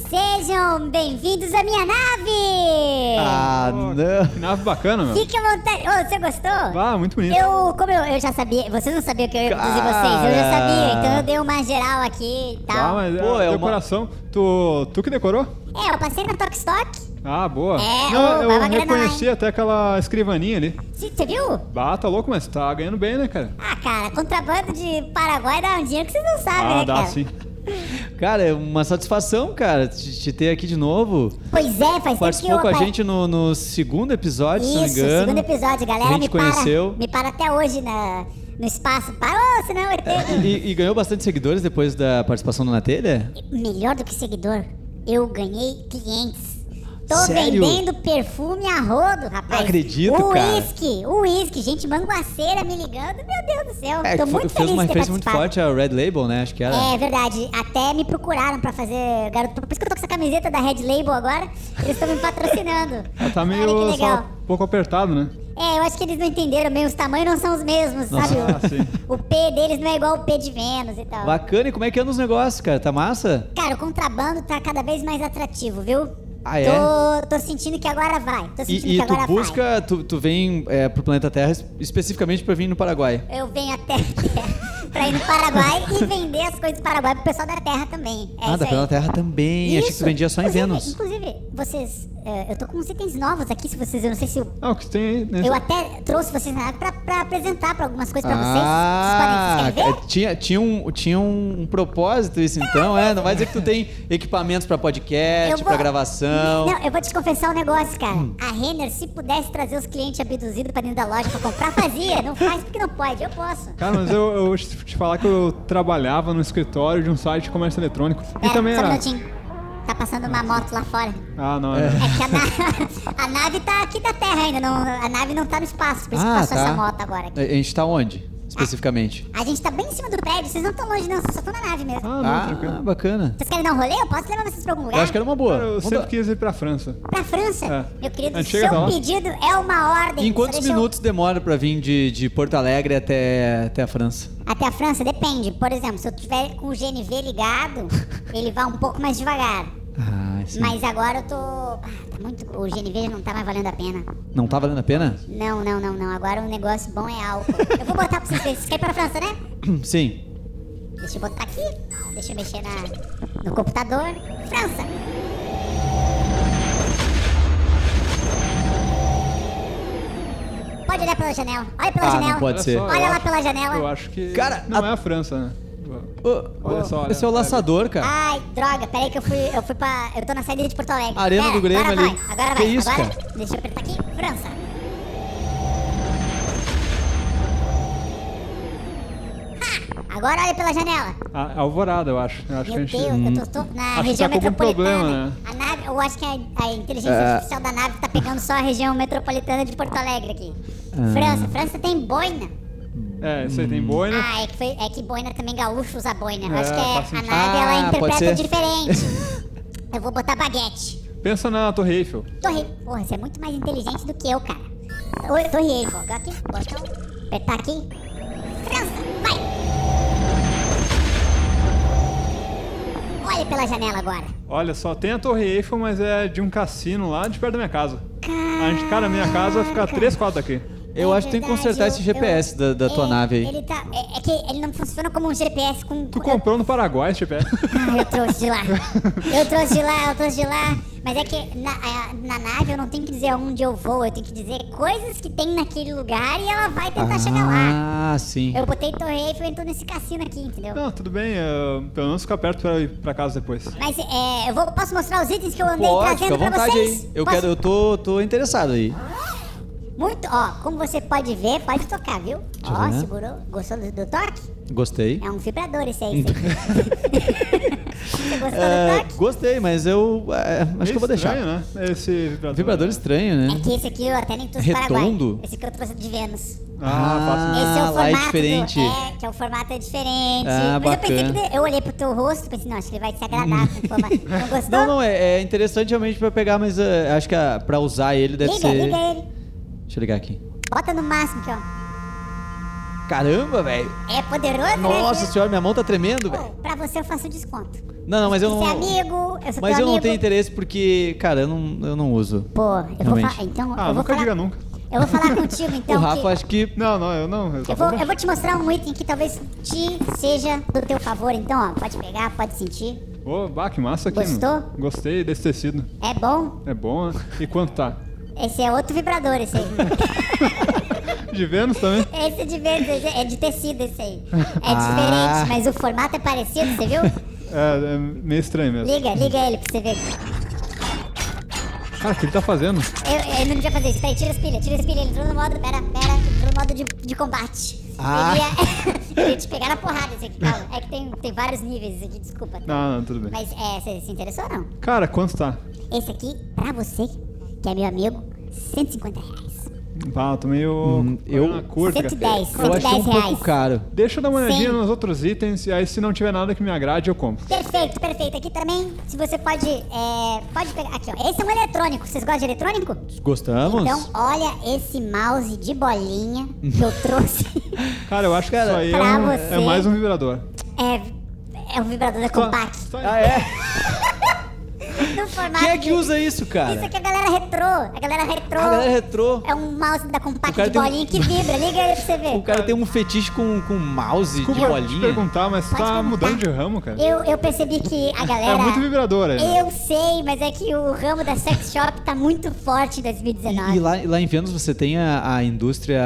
Speaker 3: Sejam bem-vindos à minha nave!
Speaker 1: Ah, não.
Speaker 2: Que nave bacana, meu.
Speaker 3: Fique à vontade. Ô, você gostou?
Speaker 2: Ah, muito bonito.
Speaker 3: Eu, como eu, eu já sabia, vocês não sabiam que eu ia produzir vocês, eu já
Speaker 1: Cara.
Speaker 3: sabia, então eu dei uma geral aqui tá?
Speaker 2: Ah,
Speaker 3: e tal.
Speaker 2: mas
Speaker 1: Pô,
Speaker 2: é,
Speaker 1: é uma-
Speaker 2: decoração. Tu, tu que decorou?
Speaker 3: É, eu passei na Tokstok.
Speaker 2: Ah, boa.
Speaker 3: É, ô,
Speaker 2: Não, eu
Speaker 3: vai granar,
Speaker 2: reconheci
Speaker 3: hein?
Speaker 2: até aquela escrivaninha ali.
Speaker 3: Você viu?
Speaker 2: Ah, tá louco, mas tá ganhando bem, né, cara?
Speaker 3: Ah, cara, contrabando de Paraguai dá um dinheiro que vocês não sabem,
Speaker 2: Ah,
Speaker 3: né,
Speaker 2: dá
Speaker 3: cara?
Speaker 2: sim.
Speaker 1: Cara, é uma satisfação, cara, te, te ter aqui de novo.
Speaker 3: Pois é, faz tempo que
Speaker 1: Participou
Speaker 3: eu
Speaker 1: com a
Speaker 3: apare-
Speaker 1: gente no, no segundo episódio, se não me
Speaker 3: Isso,
Speaker 1: engano.
Speaker 3: segundo episódio, galera.
Speaker 1: A gente
Speaker 3: me
Speaker 1: conheceu.
Speaker 3: para. Me para até hoje na, no espaço. Parou, senão eu tenho.
Speaker 1: É, E, e ganhou bastante seguidores depois da participação do Na Telha?
Speaker 3: Melhor do que seguidor, eu ganhei clientes. Tô
Speaker 1: Sério?
Speaker 3: vendendo perfume a rodo, rapaz.
Speaker 1: Não acredito, cara.
Speaker 3: Uísque, uísque, gente manguaceira me ligando. Meu Deus do céu.
Speaker 1: É,
Speaker 3: Tô
Speaker 1: que
Speaker 3: muito
Speaker 1: foi- fez uma
Speaker 3: feliz de ter
Speaker 1: referência muito
Speaker 3: participado.
Speaker 1: forte a Red Label, né? Acho que era.
Speaker 3: É verdade, até me procuraram pra fazer garoto. Por isso que eu tô com essa camiseta da Red Label agora. Eles estão me patrocinando.
Speaker 2: Tá
Speaker 3: Olha
Speaker 2: meio
Speaker 3: que
Speaker 2: só
Speaker 3: legal.
Speaker 2: um pouco apertado, né?
Speaker 3: É, eu acho que eles não entenderam bem, os tamanhos não são os mesmos, sabe?
Speaker 2: Ah, sim.
Speaker 3: O, o P deles não é igual o P de Vênus e tal.
Speaker 1: Bacana, e como é que anda os negócios, cara? Tá massa?
Speaker 3: Cara, o contrabando tá cada vez mais atrativo, viu?
Speaker 1: Ah, é?
Speaker 3: Tô, tô sentindo que agora vai. Tô sentindo
Speaker 1: E, e
Speaker 3: que
Speaker 1: tu
Speaker 3: agora vai.
Speaker 1: busca, tu, tu vem é, pro planeta Terra es- especificamente pra vir no Paraguai.
Speaker 3: Eu venho até pra ir no Paraguai e vender as coisas do Paraguai pro pessoal da Terra também. É
Speaker 1: ah,
Speaker 3: isso
Speaker 1: da
Speaker 3: aí.
Speaker 1: planeta Terra também. Achei que tu
Speaker 3: Isso.
Speaker 1: vendia só em
Speaker 3: Inclusive-
Speaker 1: Vênus.
Speaker 3: Inclusive, vocês. é, eu tô com uns itens novos aqui, se vocês. Eu não sei se. Eu,
Speaker 2: Ah, o que tem aí? né?
Speaker 1: Uhum.
Speaker 3: eu até trouxe vocês na nave pra, pra apresentar pra algumas coisas pra vocês.
Speaker 1: Ah,
Speaker 3: vocês, podem, vocês querem ver?
Speaker 1: é, tinha, tinha, um, tinha um propósito isso então, é? Não vai dizer que tu tem equipamentos pra podcast, pra gravação. Hum.
Speaker 3: Não, eu vou te confessar um negócio, cara. A Renner, se pudesse trazer os clientes abduzidos pra dentro da loja pra comprar, fazia. Não faz porque não pode, eu posso.
Speaker 2: Cara, mas eu, eu vou te te falar que eu trabalhava no escritório de um site de comércio eletrônico. E
Speaker 3: Pera,
Speaker 2: também
Speaker 3: só um
Speaker 2: era.
Speaker 3: minutinho. Tá passando uma moto lá fora.
Speaker 2: Ah, não, é.
Speaker 3: É que a, na- a nave tá aqui da Terra ainda, não, a nave não tá no espaço, por isso que
Speaker 1: Ah,
Speaker 3: passou
Speaker 1: tá.
Speaker 3: essa moto agora aqui.
Speaker 1: A gente tá onde, especificamente?
Speaker 3: A gente tá bem em cima do prédio, vocês não estão longe não, vocês só estão na nave mesmo.
Speaker 2: Ah, não, tranquilo.
Speaker 1: Ah, bacana.
Speaker 3: Vocês querem dar um rolê? Eu posso levar vocês pra algum lugar?
Speaker 1: Eu acho que era uma boa.
Speaker 2: Cara, eu
Speaker 1: Vamos
Speaker 2: sempre
Speaker 1: dar-
Speaker 2: quis ir pra França.
Speaker 3: Pra França,
Speaker 2: É.
Speaker 3: meu
Speaker 2: A
Speaker 3: querido,
Speaker 2: gente chega até
Speaker 3: seu
Speaker 2: lá.
Speaker 3: pedido é uma ordem.
Speaker 1: Em
Speaker 3: Só
Speaker 1: quantos
Speaker 3: deixa eu-
Speaker 1: minutos demora pra vir de, de Porto Alegre até, até a França?
Speaker 3: Até a França, depende. Por exemplo, se eu tiver com o GNV ligado, ele vai um pouco mais devagar.
Speaker 1: Ah, sim.
Speaker 3: Mas agora eu tô. Ah, tá muito. O GNV já não tá mais valendo a pena.
Speaker 1: Não tá valendo a pena?
Speaker 3: Não, não, não, não. Agora o negócio bom é álcool. Eu vou botar pra vocês verem. Vocês querem ir pra França, né?
Speaker 1: Sim.
Speaker 3: Deixa eu botar aqui. Deixa eu mexer na, no computador. França! Pode olhar pela janela. Olha pela
Speaker 1: Ah, não
Speaker 3: janela.
Speaker 1: pode ser.
Speaker 2: só,
Speaker 3: Olha
Speaker 2: eu
Speaker 3: lá
Speaker 2: acho-
Speaker 3: pela janela.
Speaker 2: Eu acho que.
Speaker 1: Cara,
Speaker 2: não
Speaker 1: a-
Speaker 2: é a França, né?
Speaker 1: Ô,
Speaker 2: Olha
Speaker 1: ô,
Speaker 2: só, olha.
Speaker 1: Esse é o laçador,
Speaker 2: Tá.
Speaker 1: cara.
Speaker 3: Ai, droga, peraí que eu fui, eu fui pra. Eu tô na saída de Porto Alegre.
Speaker 1: Arena
Speaker 3: Pera,
Speaker 1: do Grêmio
Speaker 3: agora
Speaker 1: ali.
Speaker 3: Vai, agora
Speaker 1: Que
Speaker 3: vai,
Speaker 1: isso,
Speaker 3: agora.
Speaker 1: cara?
Speaker 3: Deixa eu apertar aqui. França. Ah, agora olha pela janela.
Speaker 2: A, alvorada, eu acho. Eu acho
Speaker 3: Meu
Speaker 2: que
Speaker 3: Deus,
Speaker 2: a gente.
Speaker 3: eu tô, tô na
Speaker 2: Acho que
Speaker 3: região
Speaker 2: tá com algum
Speaker 3: metropolitana.
Speaker 2: problema, né? É.
Speaker 3: A nave, eu acho que a, a inteligência artificial da nave tá pegando só a região metropolitana de Porto Alegre aqui. França, França tem boina.
Speaker 2: É, isso aí
Speaker 1: Hum.
Speaker 2: tem boina.
Speaker 3: Ah, é que, foi- é que boina também gaúcho usa boina. Eu
Speaker 2: É,
Speaker 3: acho que
Speaker 2: faz
Speaker 3: é, a
Speaker 2: sentido.
Speaker 1: Ah,
Speaker 3: nave ela
Speaker 1: pode
Speaker 3: interpreta
Speaker 1: ser.
Speaker 3: diferente. Eu vou botar baguete.
Speaker 2: Pensa na Torre Eiffel.
Speaker 3: Torre. Porra, você é muito mais inteligente do que eu, cara. Oi, Torre Eiffel. Agora aqui, botão. Apertar aqui. França, vai! Olha pela janela agora.
Speaker 2: Olha só, tem a Torre Eiffel, mas é de um cassino lá de perto da minha casa. A gente, cara, a minha casa vai ficar três quadras daqui.
Speaker 1: Eu
Speaker 3: É
Speaker 1: acho que tem que
Speaker 3: verdade,
Speaker 1: consertar
Speaker 3: eu-
Speaker 1: esse GPS da, da tua
Speaker 3: É,
Speaker 1: nave aí.
Speaker 3: Ele tá. É, é que ele não funciona como um GPS com.
Speaker 2: Tu comprou no Paraguai, tipo, é.
Speaker 3: Ah, eu trouxe de lá. Eu trouxe de lá, eu trouxe de lá. Mas é que na, a- na nave eu não tenho que dizer onde eu vou, eu tenho que dizer coisas que tem naquele lugar e ela vai tentar chegar lá.
Speaker 1: Ah, sim.
Speaker 3: Eu botei Torre Eiffel e eu tô nesse cassino aqui, entendeu?
Speaker 2: Não, tudo bem, eh, pelo menos fica perto pra ir pra casa depois.
Speaker 3: Mas é, eu vou, posso mostrar os itens que eu andei
Speaker 1: Pode, fica à
Speaker 3: trazendo pra
Speaker 1: vontade
Speaker 3: vocês?
Speaker 1: aí. Eu
Speaker 3: Posso?
Speaker 1: quero, eu tô, tô interessado aí.
Speaker 3: Muito, ó, como você pode ver, pode tocar, viu?
Speaker 1: eu
Speaker 3: Ó,
Speaker 1: ver.
Speaker 3: segurou. Gostou do, do toque?
Speaker 1: Gostei.
Speaker 3: É um vibrador esse aí. sim. Você gostou
Speaker 1: É,
Speaker 3: do toque?
Speaker 1: gostei, mas eu é, acho que eu vou deixar.
Speaker 2: Estranho, né? Esse vibrador.
Speaker 1: Vibrador estranho, né?
Speaker 3: É que esse aqui eu até nem trouxe do
Speaker 1: Redondo?
Speaker 3: Paraguai. Esse que eu trouxe de Vênus.
Speaker 2: Ah,
Speaker 3: Esse é o
Speaker 1: Ah, lá é
Speaker 3: formato.
Speaker 1: diferente.
Speaker 3: Do, é, que é o formato é diferente.
Speaker 1: Ah,
Speaker 3: Mas eu pensei
Speaker 1: bacana.
Speaker 3: que de- eu olhei pro teu rosto e pensei, não, acho que ele vai se agradar com o formato. Não gostou?
Speaker 1: Não, não, é, é interessante realmente pra pegar, mas é, acho que a, pra usar ele deve
Speaker 3: liga,
Speaker 1: ser.
Speaker 3: liga ele.
Speaker 1: Deixa eu ligar aqui.
Speaker 3: Bota no máximo aqui, ó.
Speaker 1: Caramba, velho.
Speaker 3: É poderoso,
Speaker 1: Nossa
Speaker 3: né?
Speaker 1: senhora, minha mão tá tremendo,
Speaker 3: Pô,
Speaker 1: velho.
Speaker 3: Pra você eu faço desconto.
Speaker 1: Não, não, mas eu
Speaker 3: Se
Speaker 1: não.
Speaker 3: é amigo, eu sou
Speaker 1: Mas eu
Speaker 3: teu
Speaker 1: não
Speaker 3: amigo.
Speaker 1: tenho interesse porque, cara, eu não, eu não uso.
Speaker 3: Pô, eu vou
Speaker 1: Realmente.
Speaker 3: falar. Então,
Speaker 2: Ah,
Speaker 3: eu vou
Speaker 2: nunca
Speaker 3: falar.
Speaker 2: diga nunca.
Speaker 3: Eu vou falar contigo, então.
Speaker 1: o Rafa
Speaker 3: que-
Speaker 1: acho que. tá
Speaker 2: Não, não, eu não. Eu,
Speaker 3: Eu vou, eu vou te mostrar um item que talvez te seja do teu favor, então, ó. Pode pegar, pode sentir.
Speaker 2: Ô, bah, que massa aqui. mano.
Speaker 3: Gostou?
Speaker 2: Gostei desse tecido.
Speaker 3: É bom?
Speaker 2: É bom, né? E quanto tá?
Speaker 3: Esse é outro vibrador, esse aí.
Speaker 2: De Vênus também?
Speaker 3: Esse é de verde, esse é de tecido esse aí. É
Speaker 1: Ah.
Speaker 3: diferente, mas o formato é parecido, você viu?
Speaker 2: É, é meio estranho mesmo.
Speaker 3: Liga, liga ele pra você ver.
Speaker 2: Cara, o que ele tá fazendo?
Speaker 3: Eu, eu não devia fazer isso. Peraí, tira as pilhas, tira as pilhas. Ele entrou no modo, pera, pera, entrou no modo de, de combate.
Speaker 1: Ah.
Speaker 3: Ele, ia, ele ia te pegar na porrada esse aqui, calma. É que tem, tem vários níveis esse aqui, desculpa.
Speaker 2: Não, não, tudo bem.
Speaker 3: Mas é, você se interessou ou não?
Speaker 2: Cara, quanto tá?
Speaker 3: Esse aqui, pra você, que é meu amigo, 150 reais.
Speaker 2: Ah, tô meio.
Speaker 1: eu-
Speaker 2: na curta. cara.
Speaker 3: 110, 110
Speaker 1: Eu achei um
Speaker 3: reais.
Speaker 1: pouco caro.
Speaker 2: Deixa eu dar uma olhadinha
Speaker 3: Sim.
Speaker 2: nos outros itens e aí se não tiver nada que me agrade, eu compro.
Speaker 3: Perfeito, perfeito. Aqui também, se você pode, é, pode pegar. Aqui, ó. Esse é um eletrônico. Vocês gostam de eletrônico?
Speaker 1: Gostamos?
Speaker 3: Então, olha esse mouse de bolinha que eu trouxe.
Speaker 2: Cara, eu acho que isso aí é,
Speaker 3: pra
Speaker 2: um-
Speaker 3: você-
Speaker 2: é mais um vibrador.
Speaker 3: é, é um vibrador da Compaq.
Speaker 2: Só- só-
Speaker 1: Ah, é?
Speaker 3: No formato
Speaker 1: Quem é que
Speaker 3: de-
Speaker 1: usa isso,
Speaker 3: Isso
Speaker 1: cara?
Speaker 3: aqui é a galera retrô. A galera retrô.
Speaker 1: A galera retrô.
Speaker 3: É um mouse da Compaq
Speaker 1: O cara
Speaker 3: de
Speaker 1: tem um-
Speaker 3: bolinha que vibra. Liga ele pra você
Speaker 1: O
Speaker 3: ver.
Speaker 1: cara tem um fetiche com, com mouse
Speaker 2: Desculpa
Speaker 1: de
Speaker 2: te
Speaker 1: bolinha.
Speaker 2: perguntar, mas tu
Speaker 3: Pode
Speaker 2: tá
Speaker 3: perguntar.
Speaker 2: mudando de ramo, cara.
Speaker 3: Eu, eu percebi que a galera...
Speaker 2: É muito vibrador aí. né?
Speaker 3: Eu sei, mas é que o ramo da sex shop tá muito forte em
Speaker 1: E,
Speaker 3: 2019.
Speaker 1: e lá, e lá em Vênus você tem a, a indústria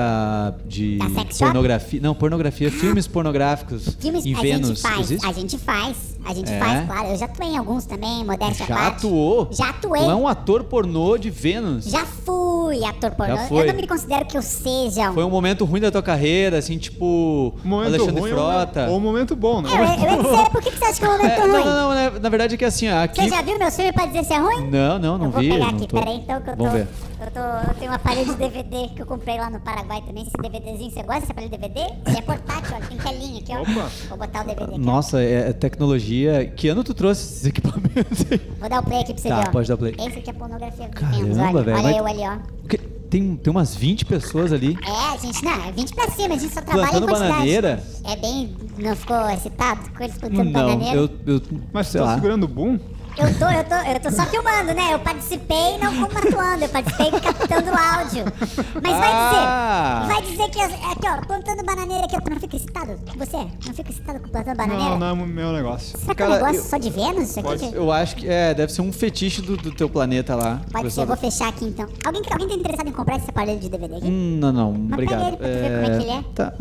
Speaker 1: de
Speaker 3: Da Tá sex shop?
Speaker 1: pornografia. Não, pornografia, filmes pornográficos
Speaker 3: Filmes
Speaker 1: em
Speaker 3: a
Speaker 1: Vênus.
Speaker 3: gente faz,
Speaker 1: Existe?
Speaker 3: a gente faz, a gente
Speaker 1: É?
Speaker 3: faz, claro. Eu já atuei em alguns também, modéstia à
Speaker 1: Já
Speaker 3: parte.
Speaker 1: atuou?
Speaker 3: Já atuei.
Speaker 1: Não é um ator pornô de Vênus.
Speaker 3: Já fui ator pornô.
Speaker 1: Já foi.
Speaker 3: Eu não me considero que eu seja um.
Speaker 1: Foi um momento ruim da tua carreira, assim, tipo
Speaker 2: Momento
Speaker 1: Alexandre
Speaker 2: ruim
Speaker 1: Frota.
Speaker 2: Ou, ou momento bom, né?
Speaker 3: É, Eu, eu ia dizer, por que, que você acha que é um momento
Speaker 1: um É, não,
Speaker 3: ruim?
Speaker 1: não, não, né? na verdade é que assim, ó, aqui.
Speaker 3: Você já viu meu filme pra dizer se é ruim?
Speaker 1: Não, não, não
Speaker 3: eu vou
Speaker 1: vi.
Speaker 3: pegar
Speaker 1: não
Speaker 3: aqui,
Speaker 1: tô-
Speaker 3: peraí, então, que eu tô,
Speaker 1: Vamos ver.
Speaker 3: eu tô. Eu tenho um aparelho de DVD que eu comprei lá no Paraguai também. Esse DVDzinho, você gosta desse aparelho de DVD? Ele é portátil, ó, tem telinha aqui, ó.
Speaker 2: Opa.
Speaker 3: Vou botar o DVD aqui.
Speaker 1: Nossa, é, é tecnologia. Que ano tu trouxe esses equipamentos? aí?
Speaker 3: Vou dar o play aqui pra você
Speaker 1: Tá,
Speaker 3: ver, ó.
Speaker 1: pode dar play.
Speaker 3: Esse aqui é a pornografia do
Speaker 1: Caramba,
Speaker 3: Vênus, olha.
Speaker 1: velho,
Speaker 3: Olha
Speaker 1: mas-
Speaker 3: eu ali, ó.
Speaker 1: Que- Tem, tem umas 20 pessoas ali.
Speaker 3: É, a gente, não, é 20 pra cima, a gente só trabalha
Speaker 1: Plantando
Speaker 3: em quantidade.
Speaker 1: bananeira?
Speaker 3: É bem. Não ficou excitado com eles plantando
Speaker 1: Não,
Speaker 3: bananeira?
Speaker 1: eu, eu.
Speaker 2: Mas tu
Speaker 1: sei
Speaker 2: tá
Speaker 1: lá.
Speaker 2: segurando o boom?
Speaker 3: Eu tô, eu tô, eu tô só filmando, né? Eu participei não como atuando, eu participei captando áudio. Mas
Speaker 1: Ah!
Speaker 3: vai dizer, vai dizer que eu- aqui, ó, plantando bananeira aqui, tu não fica excitado? Você? Não fica excitado com plantando bananeira?
Speaker 2: Não, não é o meu negócio.
Speaker 3: Será que é um
Speaker 1: Cara,
Speaker 3: negócio
Speaker 1: eu-
Speaker 3: só de Vênus isso aqui?
Speaker 1: Pode-
Speaker 3: Pode,
Speaker 1: eu acho que é, deve ser um fetiche do, do teu planeta lá.
Speaker 3: ser, eu vou fechar aqui então. Alguém, alguém tá interessado em comprar esse aparelho de DVD aqui?
Speaker 1: Hum, não, não,
Speaker 3: pega ele
Speaker 1: obrigado.
Speaker 3: pra tu ver como é que ele é.
Speaker 1: Tá.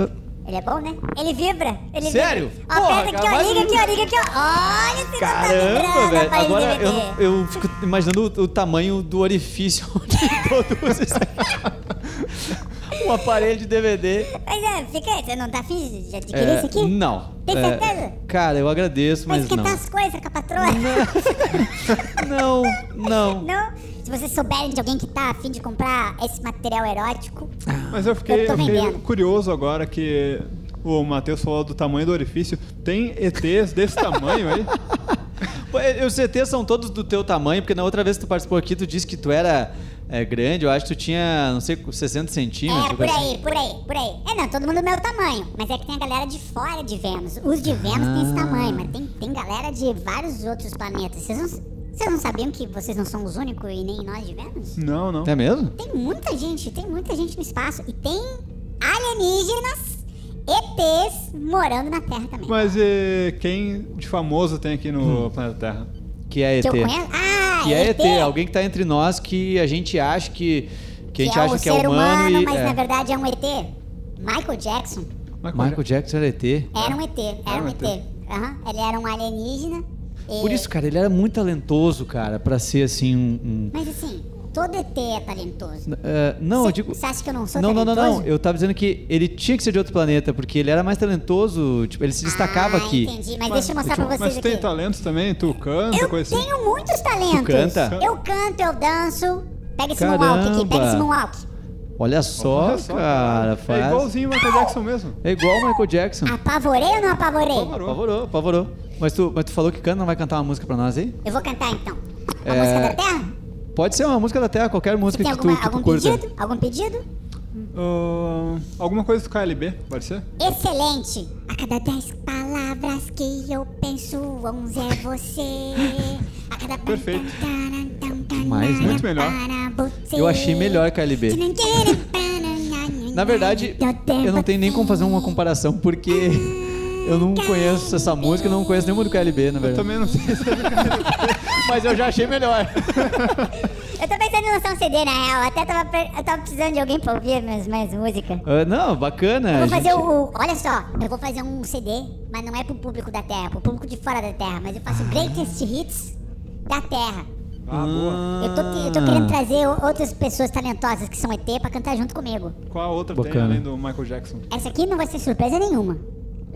Speaker 3: Ele é bom, né? Ele vibra. Ele
Speaker 1: Sério?
Speaker 3: Vibra. Ó,
Speaker 1: Porra,
Speaker 3: aperta
Speaker 1: cara,
Speaker 3: aqui, ó,
Speaker 1: mais
Speaker 3: liga
Speaker 1: um-
Speaker 3: aqui, ó, liga aqui, ó. Olha se tá
Speaker 1: Caramba,
Speaker 3: vibrando
Speaker 1: velho.
Speaker 3: aparelho
Speaker 1: Agora
Speaker 3: de
Speaker 1: eu,
Speaker 3: DVD.
Speaker 1: não- eu fico imaginando o, o tamanho do orifício onde produz isso. um aparelho de DVD.
Speaker 3: Mas é, fica, você não tá afim de- de adquirir
Speaker 1: É,
Speaker 3: isso aqui?
Speaker 1: Não.
Speaker 3: Tem
Speaker 1: É,
Speaker 3: certeza?
Speaker 1: cara, eu agradeço,
Speaker 3: Vai
Speaker 1: mas,
Speaker 3: esquentar as coisas com a patroa?
Speaker 1: não. Não, não.
Speaker 3: Não? Se vocês souberem de alguém que tá afim de comprar esse material erótico,
Speaker 1: Ah,
Speaker 2: Mas eu fiquei,
Speaker 3: Eu tô
Speaker 2: eu fiquei
Speaker 3: vendendo.
Speaker 2: curioso agora que o Matheus falou do tamanho do orifício. Tem ETs desse tamanho aí?
Speaker 1: Pô, e- e Os CTs são todos do teu tamanho, porque na outra vez que tu participou aqui, tu disse que tu era é, grande, eu acho que tu tinha, não sei, 60 centímetros.
Speaker 3: é, por
Speaker 1: coisa assim.
Speaker 3: aí, por aí, por aí. É, não, todo mundo do meu tamanho. Mas é que tem a galera de fora de Vênus. Os de Vênus tem
Speaker 1: Ah.
Speaker 3: esse tamanho, mas tem, tem galera de vários outros planetas. Vocês não, vocês não sabiam que vocês não são os únicos e nem nós de Vênus?
Speaker 2: Não, não.
Speaker 1: É mesmo?
Speaker 3: Tem muita gente, tem muita gente no espaço. E tem alienígenas, ETs, morando na Terra também.
Speaker 2: Mas e quem de famoso tem aqui
Speaker 1: Hum.
Speaker 2: no planeta Terra?
Speaker 1: Que é ET.
Speaker 3: que eu conheço? Ah,
Speaker 1: Que é ET,
Speaker 3: ET.
Speaker 1: alguém que tá entre nós que a gente acha que. Que, a gente
Speaker 3: é
Speaker 1: acha
Speaker 3: um
Speaker 1: que é
Speaker 3: ser
Speaker 1: humano,
Speaker 3: humano,
Speaker 1: e.
Speaker 3: mas
Speaker 1: é.
Speaker 3: na verdade é um ET. Michael Jackson
Speaker 1: Michael
Speaker 2: é?
Speaker 1: Jackson era ET.
Speaker 3: era um ET, era um ET. Aham, Ele era um alienígena. e-
Speaker 1: Por isso, cara, ele era muito talentoso, cara, pra ser assim um. um-
Speaker 3: Mas assim, Todo ET é talentoso.
Speaker 1: É, não, eu digo.
Speaker 3: Você acha que eu não sou
Speaker 1: Não, não, não,
Speaker 3: talentoso?
Speaker 1: não. Eu tava dizendo que ele tinha que ser de outro planeta, porque ele era mais talentoso, tipo, ele se destacava
Speaker 3: ah,
Speaker 1: aqui.
Speaker 3: entendi. Mas, deixa eu mostrar pra vocês
Speaker 2: Mas tu tem
Speaker 3: aqui.
Speaker 2: talentos também? Tu canta,
Speaker 3: Eu
Speaker 2: coisa assim?
Speaker 3: tenho um muitos talentos.
Speaker 1: Tu canta?
Speaker 3: Eu canto, eu danço. Pega esse moonwalk aqui, pega esse
Speaker 1: Caramba.
Speaker 3: moonwalk.
Speaker 1: Olha só,
Speaker 2: Olha só,
Speaker 1: cara, faz.
Speaker 2: É igualzinho o Michael Jackson mesmo.
Speaker 1: É igual o Michael Jackson.
Speaker 3: Ah, Apavorei ou não apavorei?
Speaker 2: Parou.
Speaker 1: Apavorou, apavorou. Mas tu, mas tu falou que canta, não vai cantar uma música pra nós aí?
Speaker 3: Eu vou cantar então. A
Speaker 1: É,
Speaker 3: música da Terra?
Speaker 1: Pode ser uma música da Terra, qualquer
Speaker 3: Você
Speaker 1: música
Speaker 3: tem
Speaker 1: que tu,
Speaker 3: alguma,
Speaker 1: que tu
Speaker 3: algum
Speaker 1: curta.
Speaker 3: pedido? Algum pedido?
Speaker 2: Ah, alguma coisa do KLB, pode ser?
Speaker 3: Excelente! A cada 10 palavras que eu penso, 11 é você. A cada
Speaker 2: Perfeito.
Speaker 1: Demais, né?
Speaker 2: Muito melhor.
Speaker 1: Eu achei melhor KLB. Na verdade, eu não tenho nem
Speaker 3: assim.
Speaker 1: como fazer uma comparação, porque eu não conheço essa música, não conheço nenhuma do KLB, na
Speaker 2: Eu
Speaker 1: verdade.
Speaker 2: também não sei se é
Speaker 1: Mas eu já achei melhor.
Speaker 3: Eu tô pensando em lançar um CD, na real. Eu Até tava, pre- eu tava precisando de alguém pra ouvir minhas, minhas músicas.
Speaker 1: Ah, não, bacana.
Speaker 3: Eu vou
Speaker 1: a
Speaker 3: fazer
Speaker 1: gente-
Speaker 3: o. Olha só, eu vou fazer um CD, mas não é pro público da Terra, é pro público de fora da Terra. Mas eu faço
Speaker 1: Ah.
Speaker 3: greatest hits da Terra.
Speaker 2: Ah, boa.
Speaker 3: Eu tô, eu
Speaker 1: Ah.
Speaker 3: tô querendo trazer o- outras pessoas talentosas que são ET pra cantar junto comigo.
Speaker 2: Qual a outra tem
Speaker 1: Bacana.
Speaker 2: além do Michael Jackson?
Speaker 3: Essa aqui não vai ser surpresa nenhuma.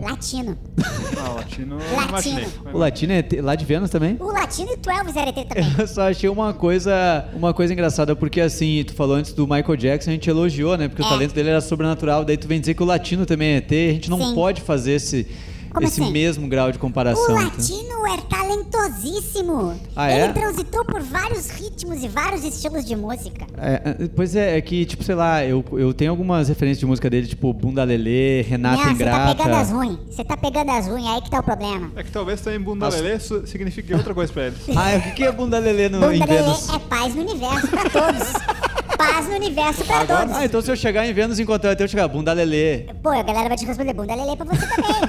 Speaker 3: Latino.
Speaker 2: Ah, latino,
Speaker 3: Latino.
Speaker 2: imaginei.
Speaker 1: O Latino é te- lá de Vênus também?
Speaker 3: O Latino e tu Elvis era ET também.
Speaker 1: Eu só achei uma coisa, uma coisa engraçada, porque assim, tu falou antes do Michael Jackson, a gente elogiou, né? Porque
Speaker 3: É.
Speaker 1: o talento dele era sobrenatural, daí tu vem dizer que o latino também é ET, a gente não
Speaker 3: Sim.
Speaker 1: pode fazer esse,
Speaker 3: Como
Speaker 1: esse
Speaker 3: assim?
Speaker 1: mesmo grau de
Speaker 3: O
Speaker 1: comparação. tá?
Speaker 3: latino é talentosíssimo.
Speaker 1: Ah,
Speaker 3: Ele
Speaker 1: é?
Speaker 3: transitou por vários ritmos e vários estilos de música.
Speaker 1: É, é, pois é, é que, tipo, sei lá, eu, eu tenho algumas referências de música dele, tipo Bunda Lelê, Renata
Speaker 3: não, você tá
Speaker 1: Ingrata.
Speaker 3: pegando as ruins. Você tá pegando as ruins, aí que tá o problema.
Speaker 2: É que talvez também bunda lelê su- signifique outra coisa pra eles.
Speaker 1: Ah, o que que é Bunda Lelê no, em
Speaker 3: Bunda Lelê
Speaker 1: Vênus?
Speaker 3: é paz no universo pra todos. paz no universo pra todos.
Speaker 1: Ah, então se eu chegar em Vênus e encontrar até eu chegar, Bunda Lelê.
Speaker 3: Pô, a galera vai te responder bunda lelê pra você também.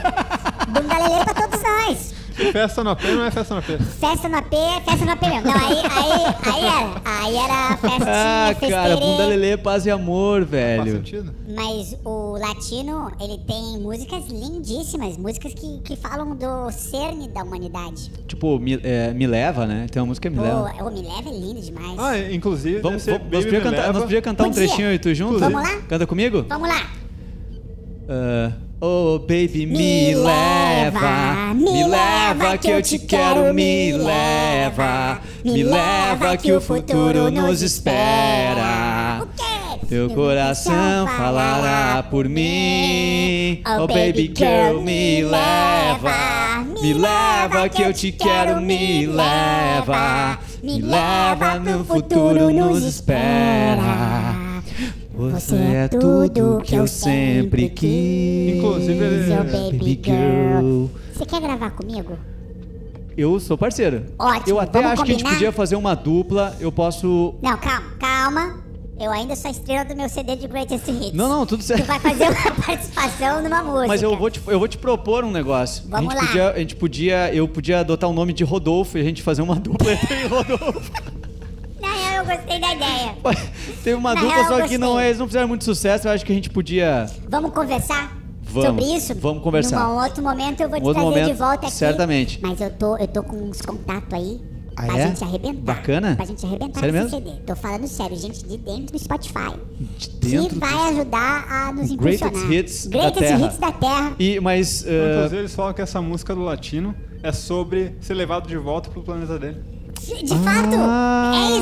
Speaker 3: bunda lelê pra todos nós.
Speaker 2: festa no AP não é festa no AP.
Speaker 3: Festa no AP, é festa no AP mesmo. Não, aí, aí, aí era. Aí era festinha,
Speaker 1: Ah, cara,
Speaker 3: festeirê.
Speaker 1: Bunda Lelê é paz e amor,
Speaker 2: Faz
Speaker 1: velho.
Speaker 2: sentido.
Speaker 3: Mas o latino, ele tem músicas lindíssimas, músicas que, que falam do cerne da humanidade.
Speaker 1: Tipo, me, é, Me Leva, né? Tem uma música Me
Speaker 3: Pô,
Speaker 1: Leva.
Speaker 3: o Me Leva é lindo demais.
Speaker 2: Ah, inclusive, deve
Speaker 1: Vamos,
Speaker 2: ser
Speaker 1: vamos, nós podíamos
Speaker 2: Baby Me
Speaker 1: cantar, nós
Speaker 2: Leva.
Speaker 1: podia cantar um
Speaker 3: Podia.
Speaker 1: trechinho e tu junto?
Speaker 3: Vamos lá?
Speaker 1: Canta comigo?
Speaker 3: Vamos lá.
Speaker 1: Ah, oh, baby, me, leva, me leva que eu te quero, me leva, me leva que o futuro nos espera.
Speaker 3: O quê?
Speaker 1: Teu coração falará por mim. Oh baby girl, me leva, me leva que eu te quero, me leva, me leva no futuro nos espera. Você é tudo que eu sempre quis.
Speaker 2: Inclusive, ele-
Speaker 3: Seu baby girl. Você quer gravar comigo?
Speaker 1: Eu sou parceiro.
Speaker 3: Ótimo,
Speaker 1: Eu até
Speaker 3: vamos
Speaker 1: acho que a gente
Speaker 3: combinar?
Speaker 1: podia fazer uma dupla. Eu posso.
Speaker 3: Não, calma, calma. Eu ainda sou a estrela do meu CD de Greatest Hits.
Speaker 1: Não, não, tudo
Speaker 3: Tu
Speaker 1: certo.
Speaker 3: vai fazer uma participação numa música.
Speaker 1: Mas eu vou, te, eu vou te propor um negócio. a
Speaker 3: Vamos
Speaker 1: gente
Speaker 3: lá.
Speaker 1: podia, a gente podia, eu podia adotar o nome de Rodolfo e a gente fazer uma dupla entre Rodolfo.
Speaker 3: Na real, eu gostei da ideia.
Speaker 1: Teve uma
Speaker 3: Na
Speaker 1: dupla
Speaker 3: real, eu
Speaker 1: só que não
Speaker 3: gostei.
Speaker 1: é, eles não fizeram muito sucesso. Eu acho que a gente podia.
Speaker 3: Vamos conversar?
Speaker 1: Vamos,
Speaker 3: sobre isso?
Speaker 1: vamos conversar. Um
Speaker 3: Num outro momento eu vou te
Speaker 1: Outro
Speaker 3: trazer de
Speaker 1: momento,
Speaker 3: volta aqui.
Speaker 1: certamente.
Speaker 3: Mas eu tô, eu tô com uns contatos aí
Speaker 1: Ah,
Speaker 3: pra
Speaker 1: é?
Speaker 3: gente arrebentar.
Speaker 1: Bacana?
Speaker 3: Pra gente arrebentar
Speaker 1: Sério
Speaker 3: esse
Speaker 1: mesmo?
Speaker 3: CD. Tô falando sério, gente de dentro do Spotify.
Speaker 1: De
Speaker 3: que
Speaker 1: dentro.
Speaker 3: vai ajudar a nos
Speaker 1: Greatest
Speaker 3: impulsionar.
Speaker 1: Hits da
Speaker 3: Greatest
Speaker 1: Terra.
Speaker 3: Hits da Terra.
Speaker 1: E, mas.
Speaker 2: Então,
Speaker 1: ah,
Speaker 2: Inclusive, eles falam que essa música do latino é sobre ser levado de volta pro planeta dele.
Speaker 3: De, de fato,
Speaker 1: Ah.
Speaker 3: é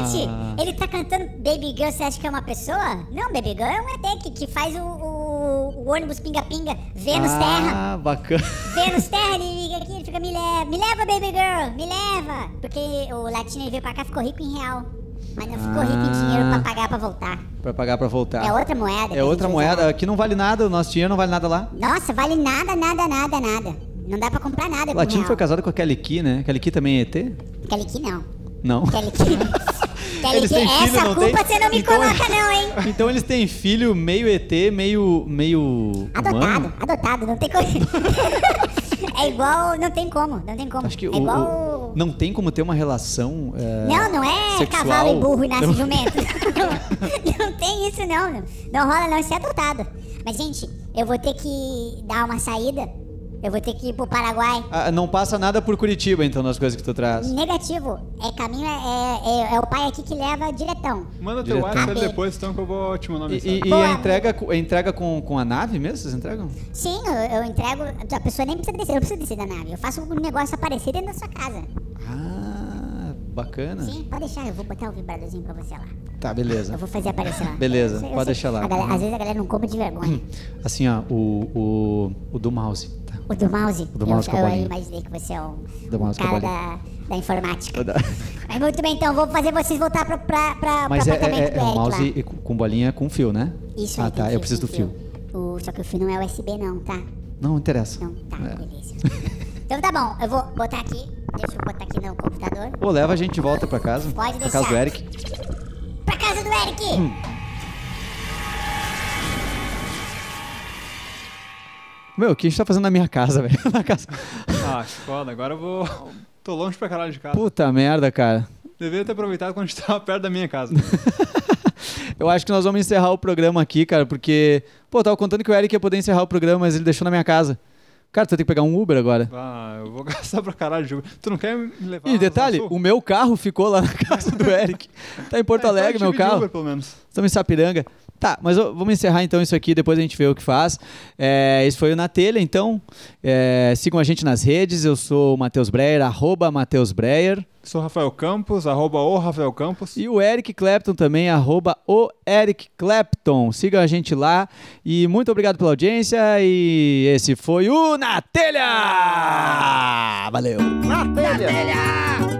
Speaker 3: exatamente. Ele tá cantando Baby Girl, você acha que é uma pessoa? Não, Baby Girl é um ET que, que faz o, o- o ônibus pinga-pinga, Vênus Terra.
Speaker 1: Ah, bacana.
Speaker 3: Vênus Terra, ele liga aqui, ele fica, me leva, me leva, baby girl, me leva. Porque o latino ele veio pra cá, ficou rico em real. Mas não ficou rico em dinheiro pra pagar pra voltar.
Speaker 1: Pra pagar pra voltar.
Speaker 3: É outra moeda.
Speaker 1: Ah.
Speaker 3: que a
Speaker 1: É
Speaker 3: gente
Speaker 1: outra
Speaker 3: usa
Speaker 1: moeda.
Speaker 3: lá.
Speaker 1: Aqui não vale nada, o nosso dinheiro não vale nada lá.
Speaker 3: Nossa, vale nada, nada, nada, nada. Não dá pra comprar nada
Speaker 1: O
Speaker 3: com
Speaker 1: Latino
Speaker 3: real.
Speaker 1: foi casado com a Kelly Key, né? Kelly Key também é ET?
Speaker 3: Kelly Key não.
Speaker 1: Não.
Speaker 3: Kelly Key. Kelly
Speaker 1: Eles
Speaker 3: Key,
Speaker 1: têm filho,
Speaker 3: essa
Speaker 1: não
Speaker 3: culpa
Speaker 1: tem?
Speaker 3: você não me
Speaker 1: Então-
Speaker 3: coloca não, hein.
Speaker 1: Então eles têm filho meio ET, meio. meio.
Speaker 3: Adotado,
Speaker 1: humano?
Speaker 3: adotado, não tem como. é igual, não tem como, não tem como.
Speaker 1: Acho que
Speaker 3: é
Speaker 1: o,
Speaker 3: igual...
Speaker 1: o- Não tem como ter uma relação. é,
Speaker 3: Não, não é
Speaker 1: sexual.
Speaker 3: cavalo e burro e nasce
Speaker 1: Não. é.
Speaker 3: jumento. não, tem isso, não. Não, não rola, não. Isso é adotado. Mas, gente, eu vou ter que dar uma saída. Eu vou ter que ir pro Paraguai.
Speaker 1: Ah, não passa nada por Curitiba, então, nas coisas que tu traz.
Speaker 3: Negativo. É caminho, é, é, é o pai aqui que leva diretão.
Speaker 2: Manda teu
Speaker 1: Diretão.
Speaker 2: WhatsApp depois, então, que eu vou te mandar
Speaker 1: E,
Speaker 2: mensagem.
Speaker 1: e- e
Speaker 3: Boa. né?
Speaker 1: a entrega, co- a entrega com, com a nave mesmo? Vocês entregam?
Speaker 3: Sim, eu, eu entrego. A pessoa nem precisa descer, não precisa descer da nave. Eu faço o negócio aparecer dentro da sua casa.
Speaker 1: Ah, bacana.
Speaker 3: Sim, pode deixar, eu vou botar o vibradorzinho pra você lá.
Speaker 1: Tá,
Speaker 3: Eu
Speaker 1: beleza.
Speaker 3: vou fazer aparecer lá.
Speaker 1: Beleza,
Speaker 3: Eu sei, eu
Speaker 1: pode
Speaker 3: sei.
Speaker 1: deixar lá.
Speaker 3: A galera- às vezes a galera não come de vergonha.
Speaker 1: Assim, ó, o, o, o do mouse. Tá.
Speaker 3: O do mouse.
Speaker 1: do mouse
Speaker 3: eu,
Speaker 1: com a
Speaker 3: eu
Speaker 1: bolinha.
Speaker 3: imaginei que você é um,
Speaker 1: Do
Speaker 3: um
Speaker 1: mouse com a
Speaker 3: cara é da,
Speaker 1: bolinha.
Speaker 3: da informática.
Speaker 1: Da-
Speaker 3: Mas muito bem, então, vou fazer vocês voltar pra, pra, pra,
Speaker 1: Mas
Speaker 3: pro
Speaker 1: é,
Speaker 3: apartamento
Speaker 1: é,
Speaker 3: do
Speaker 1: é um
Speaker 3: Eric
Speaker 1: mouse
Speaker 3: lá.
Speaker 1: e com com bolinha com fio, né?
Speaker 3: Isso aí,
Speaker 1: Ah, tá,
Speaker 3: tem
Speaker 1: eu preciso do
Speaker 3: tem
Speaker 1: fio.
Speaker 3: O, só que o fio não é USB não, tá?
Speaker 1: Não interessa.
Speaker 3: Não, tá,
Speaker 1: É.
Speaker 3: beleza. Então tá bom, eu vou botar aqui. Deixa eu botar aqui no computador.
Speaker 1: Ou leva a gente de volta pra casa.
Speaker 3: Pode
Speaker 1: Pra casa
Speaker 3: deixar.
Speaker 1: do Eric.
Speaker 3: Pra casa do Eric!
Speaker 1: Hum. Meu, o que a gente tá fazendo na minha casa, velho? Na casa.
Speaker 2: Ah, que foda. Agora eu vou... Tô longe pra caralho de casa.
Speaker 1: Puta merda, cara.
Speaker 2: Deveria ter aproveitado quando a gente tava perto da minha casa.
Speaker 1: Eu acho que nós vamos encerrar o programa aqui, cara, porque. Pô, eu tava contando que o Eric ia poder encerrar o programa, mas ele deixou na minha casa. Cara, tu vai ter que pegar um Uber agora.
Speaker 2: Ah, eu vou gastar pra caralho de Uber. Tu não quer me levar
Speaker 1: E
Speaker 2: na
Speaker 1: detalhe,
Speaker 2: Zona Sul?
Speaker 1: o meu carro ficou lá na casa do Eric. Tá em Porto
Speaker 2: Ah, então eu
Speaker 1: Alegre, meu
Speaker 2: tive de
Speaker 1: carro.
Speaker 2: Uber, pelo menos.
Speaker 1: Estamos em Sapiranga. Tá, mas eu- vamos encerrar então isso aqui, depois a gente vê o que faz. É, esse foi o Na Telha, então. É, sigam a gente nas redes. Eu sou o Matheus Breyer, arroba Matheus Breyer.
Speaker 2: Sou Rafael Campos, arroba o Rafael Campos.
Speaker 1: E o Eric Clapton também, arroba o Eric Clapton. Sigam a gente lá. E muito obrigado pela audiência. E esse foi o Na Telha! Valeu! Na Telha!